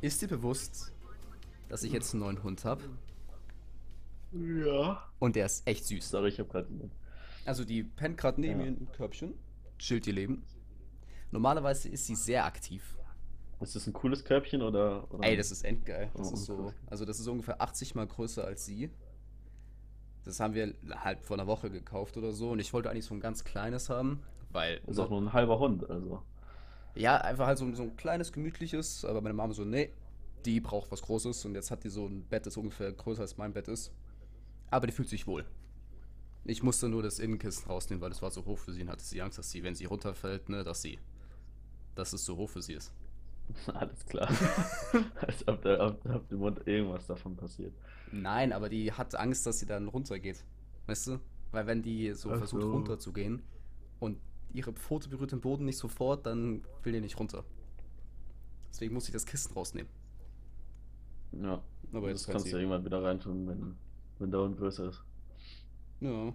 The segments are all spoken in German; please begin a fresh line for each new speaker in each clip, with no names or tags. Ist dir bewusst, dass ich jetzt einen neuen Hund habe?
Ja.
Und der ist echt süß.
Sorry, ich habe gerade jemanden.
Also die pennt gerade neben
Ja.
mir in einem Körbchen, chillt ihr Leben. Normalerweise ist sie sehr aktiv.
Ist das ein cooles Körbchen oder? oder
Ey, das ist endgeil. Das
Oh,
ist so,
okay.
also das ist ungefähr 80 mal größer als sie. Das haben wir halt vor einer Woche gekauft oder so. Und ich wollte eigentlich so ein ganz kleines haben, weil
ist auch nur ein halber Hund, also.
Ja, einfach halt so, ein- so ein kleines, gemütliches, aber meine Mama so, nee, die braucht was Großes und jetzt hat die so ein Bett, das ungefähr größer als mein Bett ist. Aber die fühlt sich wohl. Ich musste nur das Innenkissen rausnehmen, weil es war so hoch für sie und hatte sie Angst, dass sie, wenn sie runterfällt, ne, dass sie, dass es so hoch für sie ist.
Alles klar. Als ob, da, ob, ob dem Hund irgendwas davon passiert.
Nein, aber die hat Angst, dass sie dann runtergeht. Weißt du? Weil wenn die so
Ach
versucht
so.
runterzugehen und ihre Pfote berührt den Boden nicht sofort, dann will die nicht runter. Deswegen muss ich das Kissen rausnehmen.
Ja.
Aber
das
jetzt kann
kannst
sie.
du irgendwann wieder reintun, wenn, wenn der Hund größer ist.
Ja.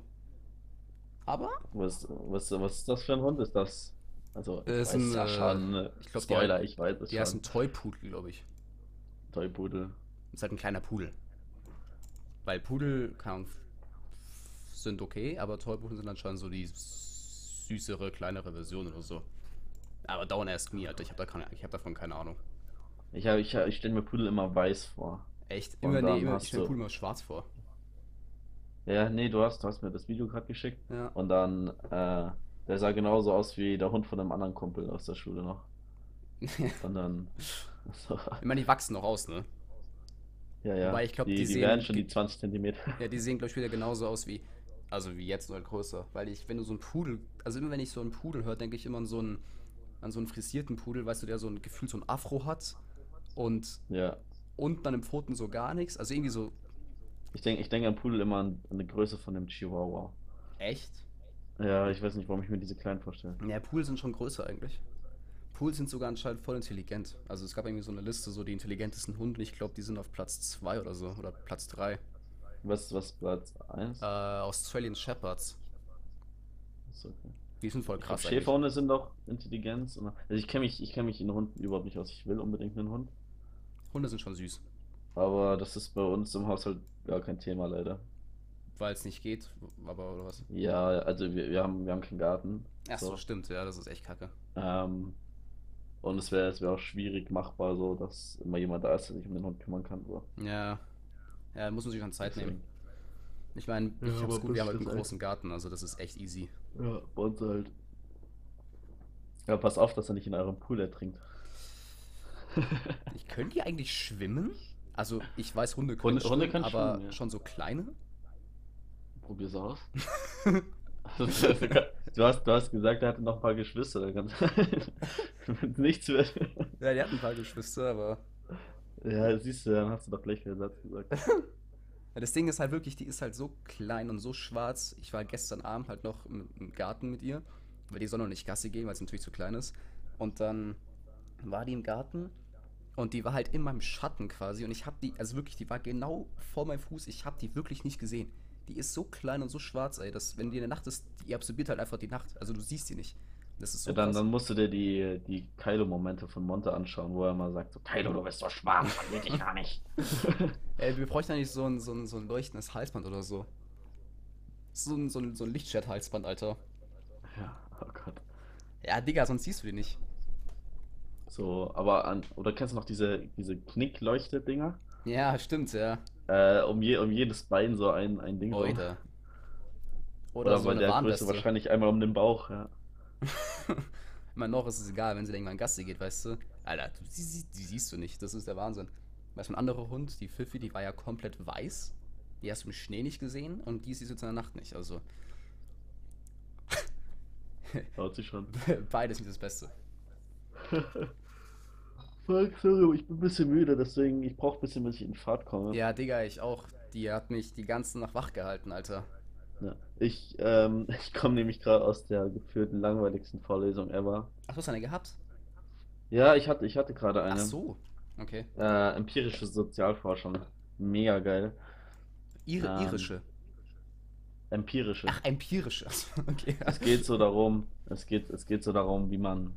Aber
Was, was, was ist das für ein Hund? Ist das? Also, ich
Äh, ist
weiß
ein,
es ja
äh,
schon. ne?
ich glaub, die
Spoiler,
hat-
ich weiß es
der ist
schon.
ein Toy-Pudel, glaube ich.
Tollpudel.
Ist halt ein kleiner Pudel. Weil Pudel keine Ahnung, sind okay, aber Toy-Pudel sind anscheinend so die süßere, kleinere Version oder so. Aber don't ask me, Alter. Ich habe da keine, ich hab davon keine Ahnung.
Ich, hab- ich, hab- ich stelle mir Pudel immer weiß vor.
Echt?
Und
Immer, nee,
dann
immer, ich
hast
stelle
du-
Pudel mal schwarz vor.
Ja, nee, du hast, du hast mir das Video gerade geschickt.
Ja.
Und dann, äh, der sah genauso aus wie der Hund von einem anderen Kumpel aus der Schule noch.
ich
Und dann, so,
meine, die wachsen noch aus, ne?
ja, ja.
Wobei, ich glaub,
die,
die
die
sehen-
werden schon die 20 Zentimeter.
Ja, die sehen, glaube ich, wieder genauso aus wie. Also wie jetzt nur halt größer. Weil ich, wenn du so einen Pudel, also immer wenn ich so einen Pudel höre, denke ich immer an so einen, an so einen frisierten Pudel, weißt du, der so ein Gefühl, so ein Afro hat und
Ja.
unten an den Pfoten so gar nichts. Also irgendwie so,
Ich denke, ich denke an Pudel immer an, an die Größe von dem Chihuahua.
echt?
Ja, ich weiß nicht, warum ich mir diese kleinen vorstelle.
Ja, Pudel sind schon größer eigentlich. Pudel sind sogar anscheinend voll intelligent. Also es gab irgendwie so eine Liste, so die intelligentesten Hunde, ich glaube, die sind auf Platz 2 oder so, oder Platz 3.
Was, was Platz 1?
Äh, Australian Shepherds.
Ist okay.
Die sind voll
Ich glaub,
krass eigentlich.
Schäferhunde sind auch Intelligenz. Und, also ich kenne mich, ich kenn mich in Hunden überhaupt nicht aus. Ich will unbedingt einen Hund.
Hunde sind schon süß.
Aber das ist bei uns im Haushalt gar kein Thema leider.
Weil es nicht geht, aber oder was?
Ja, also wir, wir haben, wir haben keinen Garten.
Ach so,
So.
stimmt, ja, das ist echt kacke.
Ähm, und es wäre es wär auch schwierig machbar, so dass immer jemand da ist, der sich um den Hund kümmern kann. So.
Ja. Ja, muss man sich schon Zeit nehmen.
Deswegen.
Ich meine,
Ja,
ich hab's
aber
gut, wir haben halt einen
bestimmt, ey.
großen Garten, also das ist echt easy.
Ja, bei uns halt. Ja, pass auf, dass er nicht in eurem Pool ertrinkt.
Ich können die eigentlich schwimmen? Also, ich weiß, Hunde können
Hunde-
schwimmen,
Hunde können
aber
schwimmen, ja.
schon so kleine?
Probier's aus. Du hast, du hast gesagt, er hatte noch ein paar Geschwister. Da kannst Wenn's nichts wird.
Ja, die hatten ein paar Geschwister, aber.
Ja, siehst du, dann hast du doch gleich den Satz gesagt.
Ja, das Ding ist halt wirklich, die ist halt so klein und so schwarz. Ich war gestern Abend halt noch im im Garten mit ihr, weil die soll noch nicht Gassi gehen, weil sie natürlich zu klein ist. Und dann war die im Garten und die war halt in meinem Schatten quasi. Und ich hab die, also wirklich, die war genau vor meinem Fuß. Ich hab die wirklich nicht gesehen. Die ist so klein und so schwarz, ey, dass wenn die in der Nacht ist, die absorbiert halt einfach die Nacht. Also du siehst die nicht. Das ist so
Ja, dann,
krass.
dann musst du dir die, die Kylo-Momente von Monte anschauen, wo er immer sagt: so, Kylo, du bist so schwarz, man sieht dich gar nicht.
Ey, wir bräuchten eigentlich so ein, so ein, so ein leuchtendes Halsband oder so. So ein, so ein, so ein Lichtschwert-Halsband, Alter.
Ja, oh Gott.
Ja, Digga, sonst siehst du die nicht.
So, aber an, oder kennst du noch diese, diese Knickleuchte-Dinger?
Ja, stimmt, ja.
Äh, um, je, um jedes Bein so ein, ein Ding rum.
Oder,
Oder
Oder, so
bei
eine
der Größe
Warnweste.
wahrscheinlich einmal um den Bauch, ja.
Ich meine, noch ist es egal, wenn sie dann irgendwann Gassi geht, weißt du? Alter, du, die, sie- die siehst du nicht. Das ist der Wahnsinn. Weißt du, ein anderer Hund, die Pfiffi, die war ja komplett weiß. Die hast du im Schnee nicht gesehen und die siehst du jetzt in der Nacht nicht. Also,
Haut sich schon.
beides nicht das Beste.
Fuck, sorry, ich bin ein bisschen müde, deswegen ich brauche ein bisschen, bis ich in Fahrt komme.
Ja, Digga, ich auch. Die hat mich die ganze Nacht wach gehalten, Alter.
Ja. Ich, ähm, ich komme nämlich gerade aus der geführten langweiligsten Vorlesung ever.
Ach, du hast eine gehabt?
Ja, ne? ich hatte, ich hatte gerade
Ach
eine.
so. Okay.
Äh, empirische Sozialforschung. Mega geil.
Ire,
Ähm,
irische.
Empirische.
Ach, empirische. Achso, okay.
Es geht so darum, es geht, es geht so darum, wie man,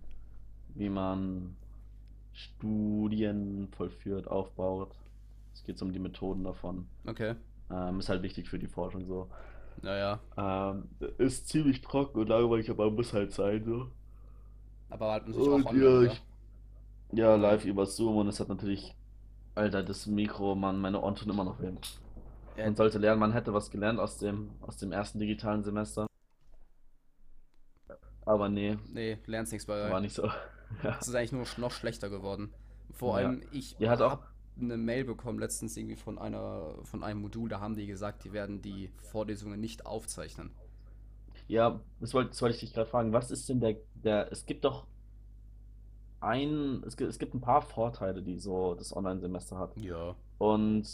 wie man Studien vollführt, aufbaut. Es geht um die Methoden davon.
Okay.
Ähm, ist halt wichtig für die Forschung so.
Naja.
Ähm, ist ziemlich trocken und langweilig, aber muss halt sein so.
Aber halt natürlich auch
Und
online,
ja,
oder?
ich, ja, live über Zoom und es hat natürlich, Alter, das Mikro, Mann, meine Ohren tun immer noch weh.
Ja,
Man sollte lernen, man hätte was gelernt aus dem, aus dem ersten digitalen Semester, aber nee,
nee, lernst nichts bei
war
rein.
nicht so. Ja,
Es ist eigentlich nur sch- noch schlechter geworden. Vor
ja.
allem, ich
Ihr hat auch,
habe eine Mail bekommen letztens irgendwie von einer, von einem Modul, da haben die gesagt, die werden die Vorlesungen nicht aufzeichnen.
ja, das wollte, das wollte ich dich gerade fragen, was ist denn der, der, es gibt doch ein, es gibt, es gibt ein paar Vorteile, die so das Online-Semester hat.
Ja.
Und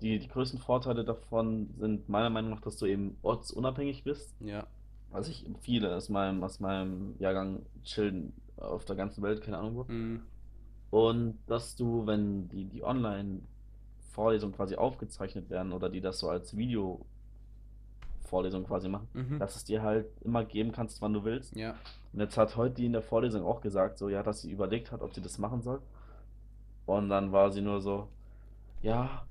die, die größten Vorteile davon sind meiner Meinung nach, dass du eben ortsunabhängig bist.
Ja.
Also ich viele aus meinem, aus meinem Jahrgang chillen auf der ganzen Welt, keine Ahnung wo.
Mm,
Und dass du, wenn die, die Online-Vorlesungen quasi aufgezeichnet werden oder die das so als Video-Vorlesung quasi machen,
mhm.
dass es dir halt immer geben kannst, wann du willst.
Ja.
Und jetzt hat heute die in der Vorlesung auch gesagt, so ja, dass sie überlegt hat, ob sie das machen soll. Und dann war sie nur so, ja,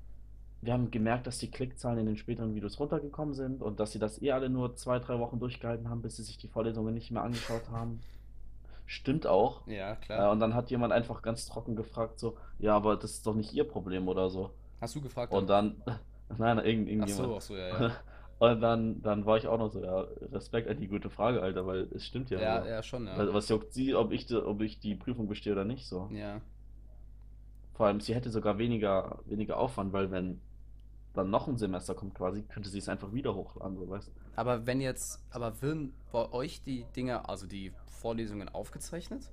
wir haben gemerkt, dass die Klickzahlen in den späteren Videos runtergekommen sind und dass sie das eh alle nur zwei, drei Wochen durchgehalten haben, bis sie sich die Vorlesungen nicht mehr angeschaut haben. Stimmt auch.
Ja,
Äh,
klar.
und dann hat jemand einfach ganz trocken gefragt, so, ja, aber das ist doch nicht ihr Problem oder so.
Hast du gefragt
Und
dann?
dann, nein, irgend,
Ach so,
irgendjemand.
ach so, ja, ja.
Und dann, dann war ich auch noch so, ja, Respekt an die gute Frage, Alter, weil es stimmt ja
Ja,
so.
ja, schon, ja.
Was, was juckt sie, ob ich, de- ob ich die Prüfung bestehe oder nicht so?
Ja.
Vor allem, sie hätte sogar weniger, weniger Aufwand, weil wenn dann noch ein Semester kommt quasi, könnte sie es einfach wieder hochladen, so weißt du.
Aber wenn jetzt, aber werden bei euch die Dinge, also die Vorlesungen aufgezeichnet?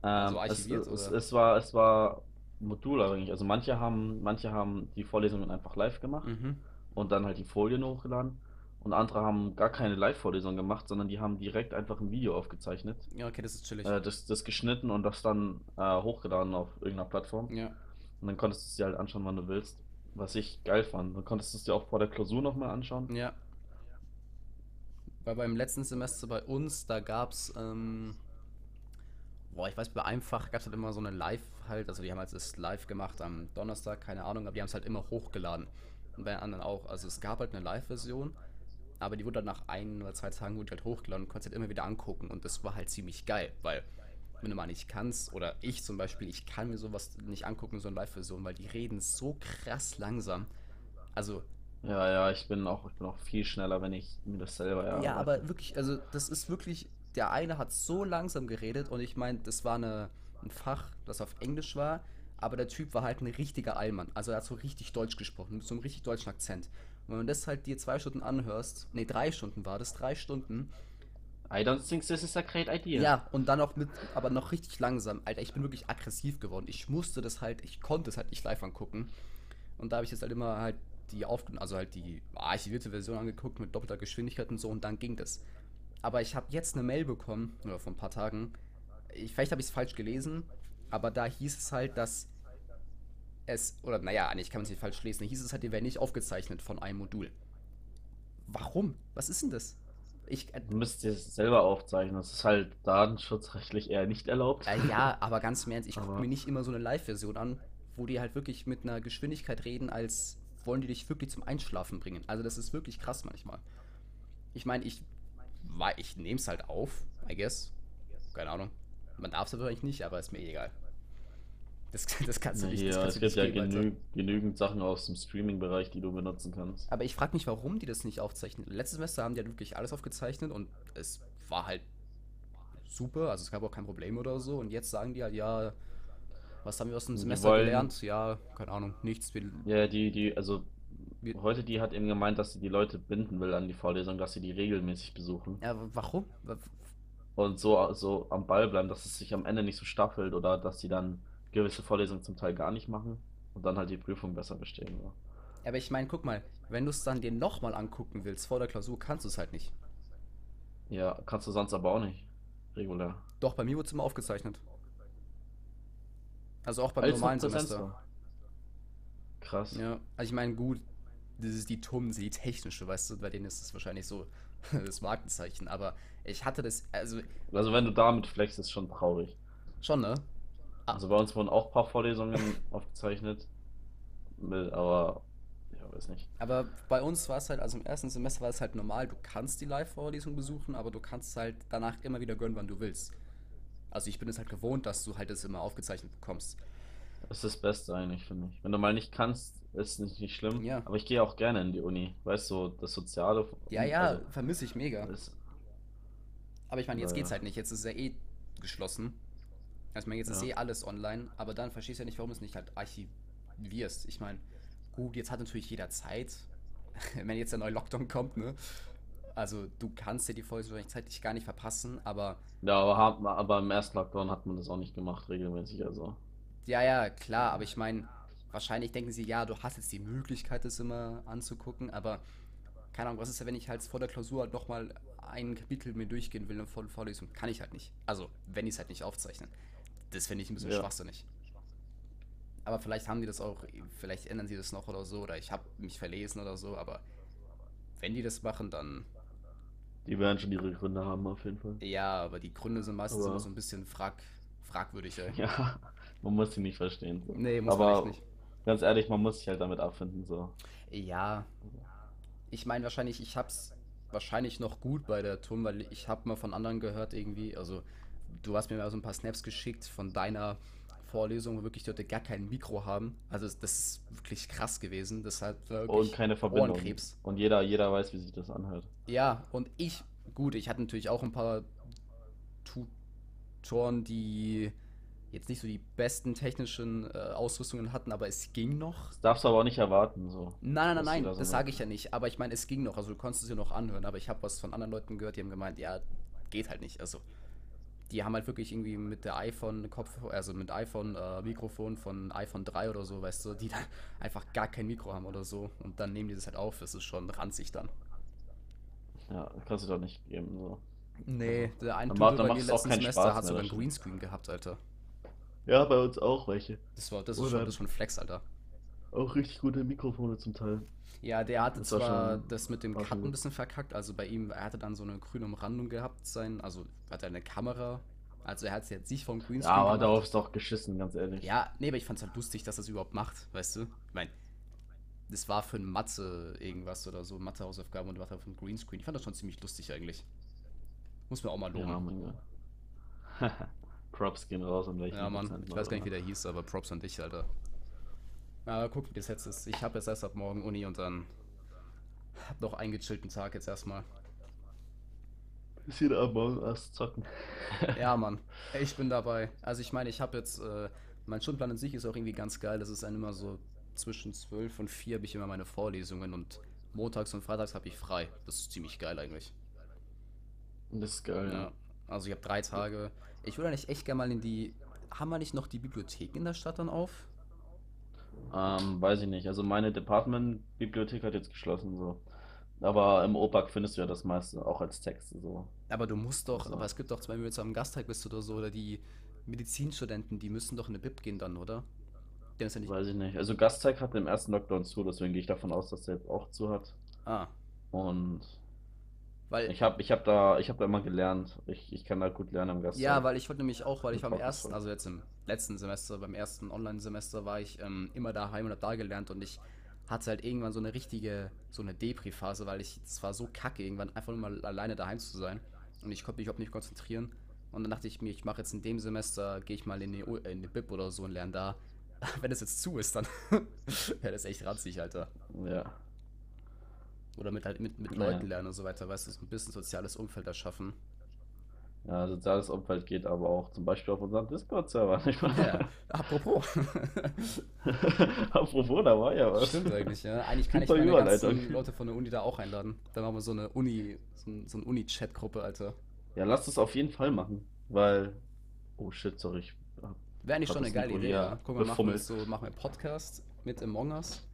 Also
Ähm, es,
archiviert
es,
oder?
es war, es war modulabhängig. Also manche haben, manche haben die Vorlesungen einfach live gemacht
Mhm.
und dann halt die Folien hochgeladen. Und andere haben gar keine Live-Vorlesung gemacht, sondern die haben direkt einfach ein Video aufgezeichnet,
Ja, okay, das ist chillig.
äh, das, das geschnitten und das dann äh, hochgeladen auf irgendeiner Plattform.
Ja.
Und dann konntest du es dir halt anschauen, wann du willst. Was ich geil fand. Dann konntest du es dir auch vor der Klausur nochmal anschauen.
Ja. Weil beim letzten Semester bei uns, da gab's, ähm, boah, ich weiß, bei einem Fach gab's halt immer so eine Live halt, also die haben halt das live gemacht am Donnerstag, keine Ahnung, aber die haben es halt immer hochgeladen. Und bei anderen auch. Also es gab halt eine Live-Version, aber die wurde dann nach ein oder zwei Tagen wurde die halt hochgeladen und konntest halt immer wieder angucken. Und das war halt ziemlich geil, weil wenn du mal nicht kannst, oder ich zum Beispiel, ich kann mir sowas nicht angucken, so eine Live-Version, weil die reden so krass langsam. Also,
Ja, ja, ich bin auch, ich bin auch viel schneller, wenn ich mir das selber
Ja,
erarbeite.
aber wirklich, also das ist wirklich, der eine hat so langsam geredet und ich meine, das war eine, ein Fach, das auf Englisch war, aber der Typ war halt ein richtiger Allmann. Also er hat so richtig Deutsch gesprochen, mit so einem richtig deutschen Akzent. Und wenn du das halt dir zwei Stunden anhörst, nee, drei Stunden war das, drei Stunden,
I don't think this is a great idea.
ja, und dann auch mit, aber noch richtig langsam. Alter, ich bin wirklich aggressiv geworden. Ich musste das halt, ich konnte es halt nicht live angucken. Und da habe ich jetzt halt immer halt die auf, also halt die archivierte Version angeguckt mit doppelter Geschwindigkeit und so und dann ging das. Aber ich habe jetzt eine Mail bekommen, oder vor ein paar Tagen. Ich, vielleicht habe ich es falsch gelesen, aber da hieß es halt, dass es, oder naja, nee, ich kann es nicht falsch lesen, da hieß es halt, die werden nicht aufgezeichnet von einem Modul. Warum? Was ist denn das? Ich, äh,
Du müsst ihr es selber aufzeichnen. Das ist halt datenschutzrechtlich eher nicht erlaubt.
Äh, ja, aber ganz im Ernst, ich gucke mir
Aber
nicht immer so eine Live-Version an, wo die halt wirklich mit einer Geschwindigkeit reden, als wollen die dich wirklich zum Einschlafen bringen. Also das ist wirklich krass manchmal. Ich meine, ich, wei- ich nehme es halt auf, I guess. Keine Ahnung. Man darf es wahrscheinlich nicht, aber ist mir eh egal. Das, das kannst du nicht, das
ja,
kannst
es
du nicht
gibt ja
geben, Alter.
genü genügend Sachen aus dem Streaming-Bereich, die du benutzen kannst.
Aber ich frage mich, warum die das nicht aufzeichnen. Letztes Semester haben die halt wirklich alles aufgezeichnet und es war halt super, also es gab auch kein Problem oder so. Und jetzt sagen die halt, ja, Was haben wir aus dem
Die
Semester
wollen,
gelernt? Ja, keine Ahnung, nichts. Wir,
ja, die, die, also
wir,
heute die hat eben gemeint, dass sie die Leute binden will an die Vorlesung, dass sie die regelmäßig besuchen.
ja, w- warum? W-
und so, so am Ball bleiben, dass es sich am Ende nicht so staffelt oder dass sie dann gewisse Vorlesungen zum Teil gar nicht machen und dann halt die Prüfung besser bestehen. Ja.
Aber ich meine, guck mal, wenn du es dann dir nochmal angucken willst vor der Klausur, kannst du es halt nicht.
Ja, kannst du sonst aber auch nicht. Regulär.
Doch, bei mir wurde es immer aufgezeichnet. Also auch beim
Als noch
normalen
Präsenz
Semester.
war. Krass.
Ja, also ich meine, gut, das ist die TUMSE, die technische, weißt du, bei denen ist es wahrscheinlich so das Markenzeichen. Aber ich hatte das, also
Also wenn du damit flexst, ist schon traurig.
schon, ne?
Also bei uns wurden auch ein paar Vorlesungen aufgezeichnet, mit, aber ja, weiß nicht.
Aber bei uns war es halt, also im ersten Semester war es halt normal, du kannst die Live-Vorlesung besuchen, aber du kannst es halt danach immer wieder gönnen, wann du willst. Also ich bin es halt gewohnt, dass du halt das immer aufgezeichnet bekommst.
Das ist das Beste eigentlich, finde ich. Wenn du mal nicht kannst, ist nicht, nicht schlimm,
Ja,
aber ich gehe auch gerne in die Uni. Weißt du, das Soziale,
ja,
um-
ja,
also
vermisse ich mega.
ist,
Aber ich meine, jetzt geht's
naja,
halt nicht, jetzt ist es ja eh geschlossen. Also ich meine, jetzt ist
ja.
eh alles online, aber dann verstehst du ja nicht, warum du es nicht halt archivierst. Ich meine, gut, jetzt hat natürlich jeder Zeit, wenn jetzt der neue Lockdown kommt, ne? Also du kannst dir die Vorlesung zeitlich gar nicht verpassen, aber
Ja, aber, haben, aber im ersten Lockdown hat man das auch nicht gemacht, regelmäßig, also.
ja, ja, klar, aber ich meine, wahrscheinlich denken sie, ja, du hast jetzt die Möglichkeit, das immer anzugucken, aber keine Ahnung, was ist ja, wenn ich halt vor der Klausur halt nochmal ein Kapitel mir durchgehen will in voller Vorlesung? Kann ich halt nicht. Also, wenn die es halt nicht aufzeichnen. Das finde ich ein bisschen
Ja.
schwachsinnig. Aber vielleicht haben die das auch, vielleicht ändern sie das noch oder so, oder ich habe mich verlesen oder so, aber wenn die das machen, dann
Die werden schon ihre Gründe haben, auf jeden Fall.
ja, aber die Gründe sind meistens immer so
Aber
ein bisschen frag, fragwürdig, ey.
ja, man muss sie nicht verstehen, so.
Nee, muss man echt
Aber
nicht.
ganz ehrlich, man muss sich halt damit abfinden, so.
Ja, ich meine wahrscheinlich, ich hab's wahrscheinlich noch gut bei der Turm, weil ich hab mal von anderen gehört irgendwie, also du hast mir mal so ein paar Snaps geschickt von deiner Vorlesung, wo wirklich die Leute gar kein Mikro haben. Also das ist wirklich krass gewesen. Das hat
Und
wirklich Oh,
keine Verbindung.
Ohrenkrebs.
Und jeder, jeder weiß, wie sich das anhört.
Ja, und ich, gut, ich hatte natürlich auch ein paar Tutoren, die jetzt nicht so die besten technischen äh, Ausrüstungen hatten, aber es ging noch.
Das darfst du aber auch nicht erwarten, so,
Nein, nein, nein,
dass
nein,
jeder so
das
eine.
sage ich ja nicht. Aber ich meine, es ging noch. Also du konntest es dir noch anhören. Aber ich habe was von anderen Leuten gehört, die haben gemeint, ja, geht halt nicht. Also die haben halt wirklich irgendwie mit der iPhone Kopfhörer, also mit iPhone äh, Mikrofon von iPhone 3 oder so, weißt du, die dann einfach gar kein Mikro haben oder so. Und dann nehmen die das halt auf. Das ist schon ranzig dann.
Ja, kannst du doch nicht geben, so.
Nee,
Also,
der ein
dann macht,
Dude
dann
bei mir
macht es auch
letzten
keinen
Semester
Spaß
hat sogar
mehr, das
einen
stimmt.
Greenscreen gehabt, Alter.
Ja, bei uns auch welche.
Das war, das ist schon,
Oder
das ist schon Flex, Alter.
auch richtig gute Mikrofone zum Teil.
Ja, der hatte
Das war
zwar
schon,
das mit dem
war schon
Cut ein
gut.
bisschen verkackt, also bei ihm, er hatte dann so eine grüne Umrandung gehabt, sein, also hat er eine Kamera, also er hat es jetzt nicht vom
Ja,
Greenscreen
aber
gemacht.
darauf ist doch geschissen, ganz ehrlich.
Ja, nee, aber ich fand's halt lustig, dass er es überhaupt macht, weißt du? Ich mein, das war für ein Mathe irgendwas oder so, Mathe-Hausaufgaben und war auf dem Greenscreen. Ich fand das schon ziemlich lustig eigentlich. Muss man auch mal
Ja,
loben.
mein Gott. Props gehen raus an welchen
Ja, Mann,
Dozenten
ich
auch
weiß gar nicht, wie
immer.
der hieß, aber Props an dich, Alter. Aber guck, wie das jetzt ist. Ich hab jetzt erst ab morgen Uni und dann hab noch einen gechillten Tag jetzt erstmal.
Bisschen Among Us zocken.
Ja, Mann, ich bin dabei. Also ich meine, ich habe jetzt, äh, mein Stundenplan an sich ist auch irgendwie ganz geil. Das ist dann immer so zwischen 12 und 4 habe ich immer meine Vorlesungen und montags und freitags habe ich frei. Das ist ziemlich geil eigentlich.
Das ist geil, ja.
Ja, also ich habe drei Tage. Ich würde eigentlich echt gerne mal in die, haben wir nicht noch die Bibliothek in der Stadt dann auf?
Ähm, weiß ich nicht. Also meine Department-Bibliothek hat jetzt geschlossen, so. Aber im OPAC findest du ja das meiste, auch als Text, so.
Aber du musst doch, aber
Also,
es gibt doch zum Beispiel, wenn du am Gasttag bist oder so, oder die Medizinstudenten, die müssen doch in eine Bib gehen dann, oder? Dem ist ja nicht,
weiß ich nicht. Also Gastech hat im ersten Lockdown zu, deswegen gehe ich davon aus, dass der jetzt auch zu hat.
ah,
Und
weil,
ich habe ich hab da, ich hab da immer gelernt. Ich, ich kann da gut lernen im
Ja,
Gastech.
weil ich wollte nämlich auch, weil ich
Mit
beim ersten,
Paukenschlag.
also jetzt im letzten Semester, beim ersten Online-Semester war ich ähm, immer daheim und habe da gelernt und ich hatte halt irgendwann so eine richtige, so eine Depri-Phase, weil ich, es war so kacke, irgendwann einfach nur mal alleine daheim zu sein und ich konnte mich überhaupt nicht konzentrieren und dann dachte ich mir, ich mache jetzt in dem Semester, gehe ich mal in die, U- äh, in die Bib oder so und lerne da. Wenn es jetzt zu ist, dann wäre das echt ranzig, Alter.
Ja,
Oder mit halt mit, mit Leuten
naja.
lernen und so weiter, weißt du, so ein bisschen soziales Umfeld erschaffen.
Ja, soziales Umfeld geht aber auch zum Beispiel auf unserem Discord-Server, nicht
Ja,
wahr?
apropos.
Apropos, da war ja was.
Stimmt eigentlich, ja. Eigentlich kann ich
Super
meine
Überleitung.
ganzen Leute von der Uni da auch einladen. Da machen wir so eine Uni, so, ein, so eine Uni-Chat-Gruppe, Alter.
Ja, lass es auf jeden Fall machen, weil. Oh shit, sorry, ich hab,
Wäre eigentlich
hab
schon eine
das
geile
Mikro
Idee, ja.
hier
Guck mal, machen wir
befummelt.
so, machen wir einen Podcast mit Among Us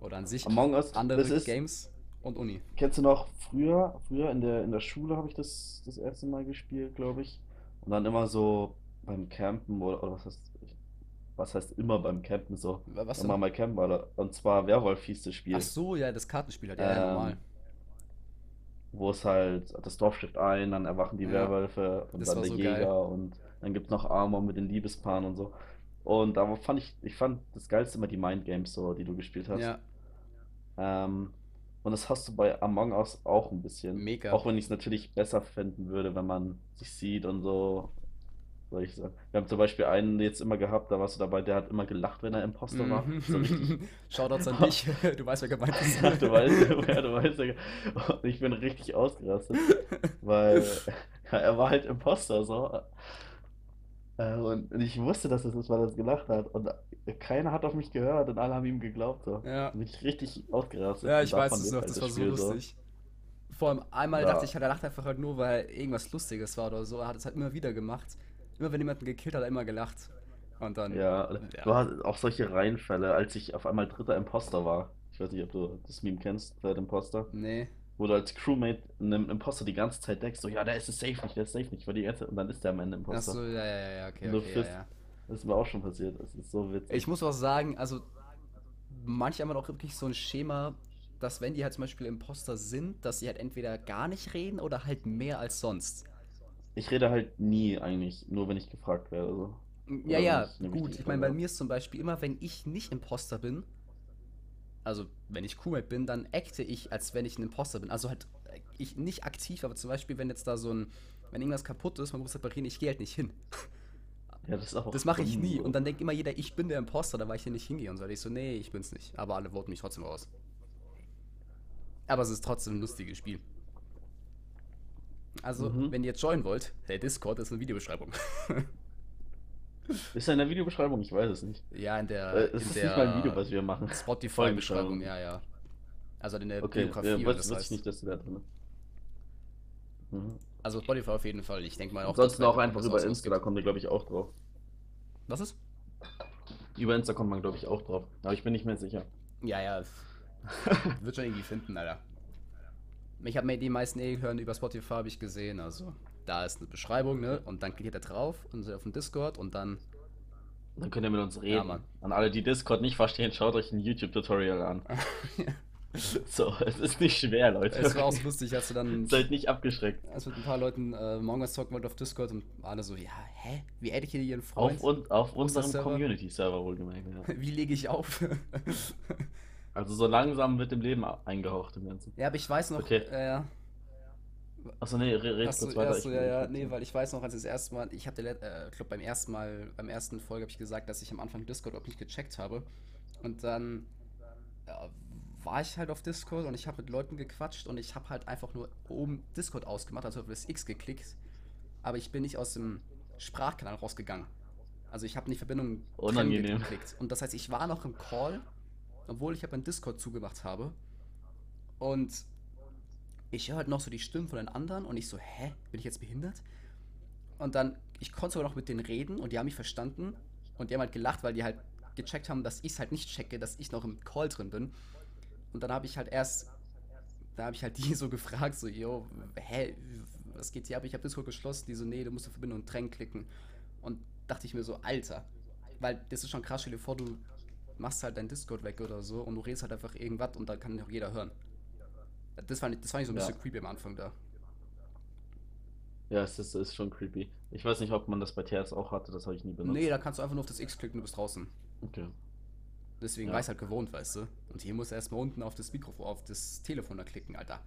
oder an sich
Among Us, das
andere
ist.
Games und Uni.
Kennst du noch früher, früher in der, in der Schule habe ich das das erste Mal gespielt, glaube ich. Und dann immer so beim Campen oder, oder was heißt, was heißt immer beim Campen so,
Wa- Was
wenn
denn?
man mal campen war, oder- und zwar Werwolf hieß das
Ach
Spiel,
so, ja, das Kartenspiel halt. Ja, ja, normal.
ähm, wo es halt das Dorf schläft ein, dann erwachen die
Ja,
Werwölfe und
das
dann
war
der
so geil.
Jäger und Dann gibt es noch Armor mit den Liebespaaren und so. Und da fand ich, ich fand das geilste immer die Mind Games, so, die du gespielt hast.
Ja,
Ähm, und das hast du bei Among Us auch ein bisschen.
mega.
Auch wenn ich es natürlich besser finden würde, wenn man sich sieht und so. Soll ich sagen. Wir haben zum Beispiel einen jetzt immer gehabt, da warst du dabei, der hat immer gelacht, wenn er Imposter war. So richtig.
Mhm. Shoutouts an dich. Du weißt, wer gemeint ist.
Ja, du weißt, ja, du weißt ja. Und ich bin richtig ausgerastet, weil ja, er war halt Imposter so. Äh, Und und ich wusste, dass es ist, weil er es gelacht hat. Und keiner hat auf mich gehört und alle haben ihm geglaubt so.
Ja.
Da bin ich richtig ausgerastet
Ja,
und
ich weiß
davon
es
lebt
noch,
halt
das
das
war so
Spiel so.
lustig. Vor allem einmal dachte
Ja,
ich, halt, er lacht einfach halt nur, weil irgendwas Lustiges war oder so. Er hat es halt immer wieder gemacht. Immer wenn jemanden gekillt hat, hat er immer gelacht. Und dann,
ja.
ja.
Du hast auch solche Reihenfälle, als ich auf einmal dritter Imposter war. Ich weiß nicht, ob du das Meme kennst, Third Imposter.
Nee.
wo du als Crewmate einem Imposter die ganze Zeit denkst, so, ja, der ist es safe nicht, der ist safe nicht, weil die ganze und dann ist der am Ende
Ach
Imposter.
so, ja, ja, ja, ja, okay,
Und du
okay, ja,
frisst,
ja.
das ist mir auch schon passiert, das ist so
Ich
witzig.
muss auch sagen, also manche haben halt auch wirklich so ein Schema, dass wenn die halt zum Beispiel Imposter sind, dass sie halt entweder gar nicht reden oder halt mehr als sonst.
Ich rede halt nie eigentlich, nur wenn ich gefragt werde, so.
Ja,
Oder wenn
ja,
ich eine
gut.
wichtige
Ich meine,
Frage
bei
habe.
mir ist zum Beispiel immer, wenn ich nicht Imposter bin, also wenn ich Crewmate bin, dann acte ich, als wenn ich ein Imposter bin. Also halt, äh, ich nicht aktiv, aber zum Beispiel, wenn jetzt da so ein, wenn irgendwas kaputt ist, man muss reparieren, ich gehe halt nicht hin.
Ja, das ist auch
Das mache ich
dumm,
nie. Und
so.
dann denkt immer jeder, ich bin der Imposter, da weil ich hier nicht hingehe. Und so, ich so, nee, ich bin's nicht. Aber alle voten mich trotzdem raus. Aber es ist trotzdem ein lustiges Spiel. Also,
Mhm.
wenn ihr jetzt joinen wollt, der Discord ist eine Videobeschreibung.
Ist ja in der Videobeschreibung, ich weiß es nicht.
Ja, in
Äh,
der,
es
in
ist nicht mal ein Video,
der
was wir machen.
Spotify-Beschreibung,
Folgenbeschreibung.
ja, ja. Also in der
Okay, äh,
Biografie oder
wus-
das
wusste ich
heißt.
nicht, dass du da drin bist. Mhm.
Also Spotify auf jeden Fall. Ich denke mal auch, dass
Ansonsten
bald
auch
der
einfach
Podcast auch
über
sowas
Insta, da
gibt.
kommt ihr, glaube ich, auch drauf.
Was ist?
Über Insta kommt man, glaube ich, auch drauf. Aber ich bin nicht mehr sicher.
Ja, ja. Wird schon irgendwie finden, Alter. Ich habe mir die meisten eh hören über Spotify, habe ich gesehen. Also, da ist eine Beschreibung, ne? Und dann klickt ihr da drauf und seid auf dem Discord und dann.
Dann könnt ihr mit uns
Ja, Mann.
reden. An alle, die Discord nicht verstehen, schaut euch ein YouTube-Tutorial an. So, es ist nicht schwer,
Es war auch
Leute.
so lustig, als du dann
Seid nicht abgeschreckt.
als mit ein paar Leuten äh, Among Us talken wollte auf Discord und alle so, ja, hä? Wie addet ihr ihren
Auf,
Freund
und, auf
auf das
unserem
Server?
Community-Server wohlgemerkt, ja.
Wie lege ich auf?
Also so langsam wird dem Leben a- eingehaucht im Ganzen.
ja, aber ich weiß noch,
Okay.
äh,
Achso, nee, re red
Achso,
kurz weiter.
achso,
Ich,
ja,
ich
ja,
hab's
nee,
noch.
weil ich weiß noch, als ich das erste Mal, ich habe äh, ich glaub, beim ersten Mal, beim ersten Folge habe ich gesagt, dass ich am Anfang Discord auch nicht gecheckt habe. Und dann äh, war ich halt auf Discord und ich habe mit Leuten gequatscht und ich habe halt einfach nur oben Discord ausgemacht, also auf das X geklickt, aber ich bin nicht aus dem Sprachkanal rausgegangen. Also ich habe nicht Verbindung trennen
Unangenehm.
geklickt. Und das heißt, ich war noch im Call, obwohl ich halt meinen Discord zugemacht habe. Und ich höre halt noch so die Stimmen von den anderen und ich so, hä, bin ich jetzt behindert? Und dann, ich konnte sogar noch mit denen reden und die haben mich verstanden und die haben halt gelacht, weil die halt gecheckt haben, dass ich es halt nicht checke, dass ich noch im Call drin bin. Und dann habe ich halt erst, da habe ich halt die so gefragt, so, yo, hä, was geht hier ab? Ich habe Discord geschlossen. Die so, nee, du musst auf Verbindung und Trennen klicken. Und dachte ich mir so, Alter, weil das ist schon krass, stell dir vor, du machst halt dein Discord weg oder so und du redest halt einfach irgendwas und dann kann auch jeder hören. Das fand ich, das fand ich so ein
Ja.
bisschen creepy am Anfang da.
Ja, es ist, ist schon creepy. Ich weiß nicht, ob man das bei TS auch hatte, das habe ich nie
Nee,
benutzt.
da kannst du einfach nur auf das X klicken, du bist draußen.
Okay.
Deswegen war
Ja.
ich halt gewohnt, weißt du. Und hier musst du erstmal unten auf das Mikrofon, auf das Telefon da klicken, Alter.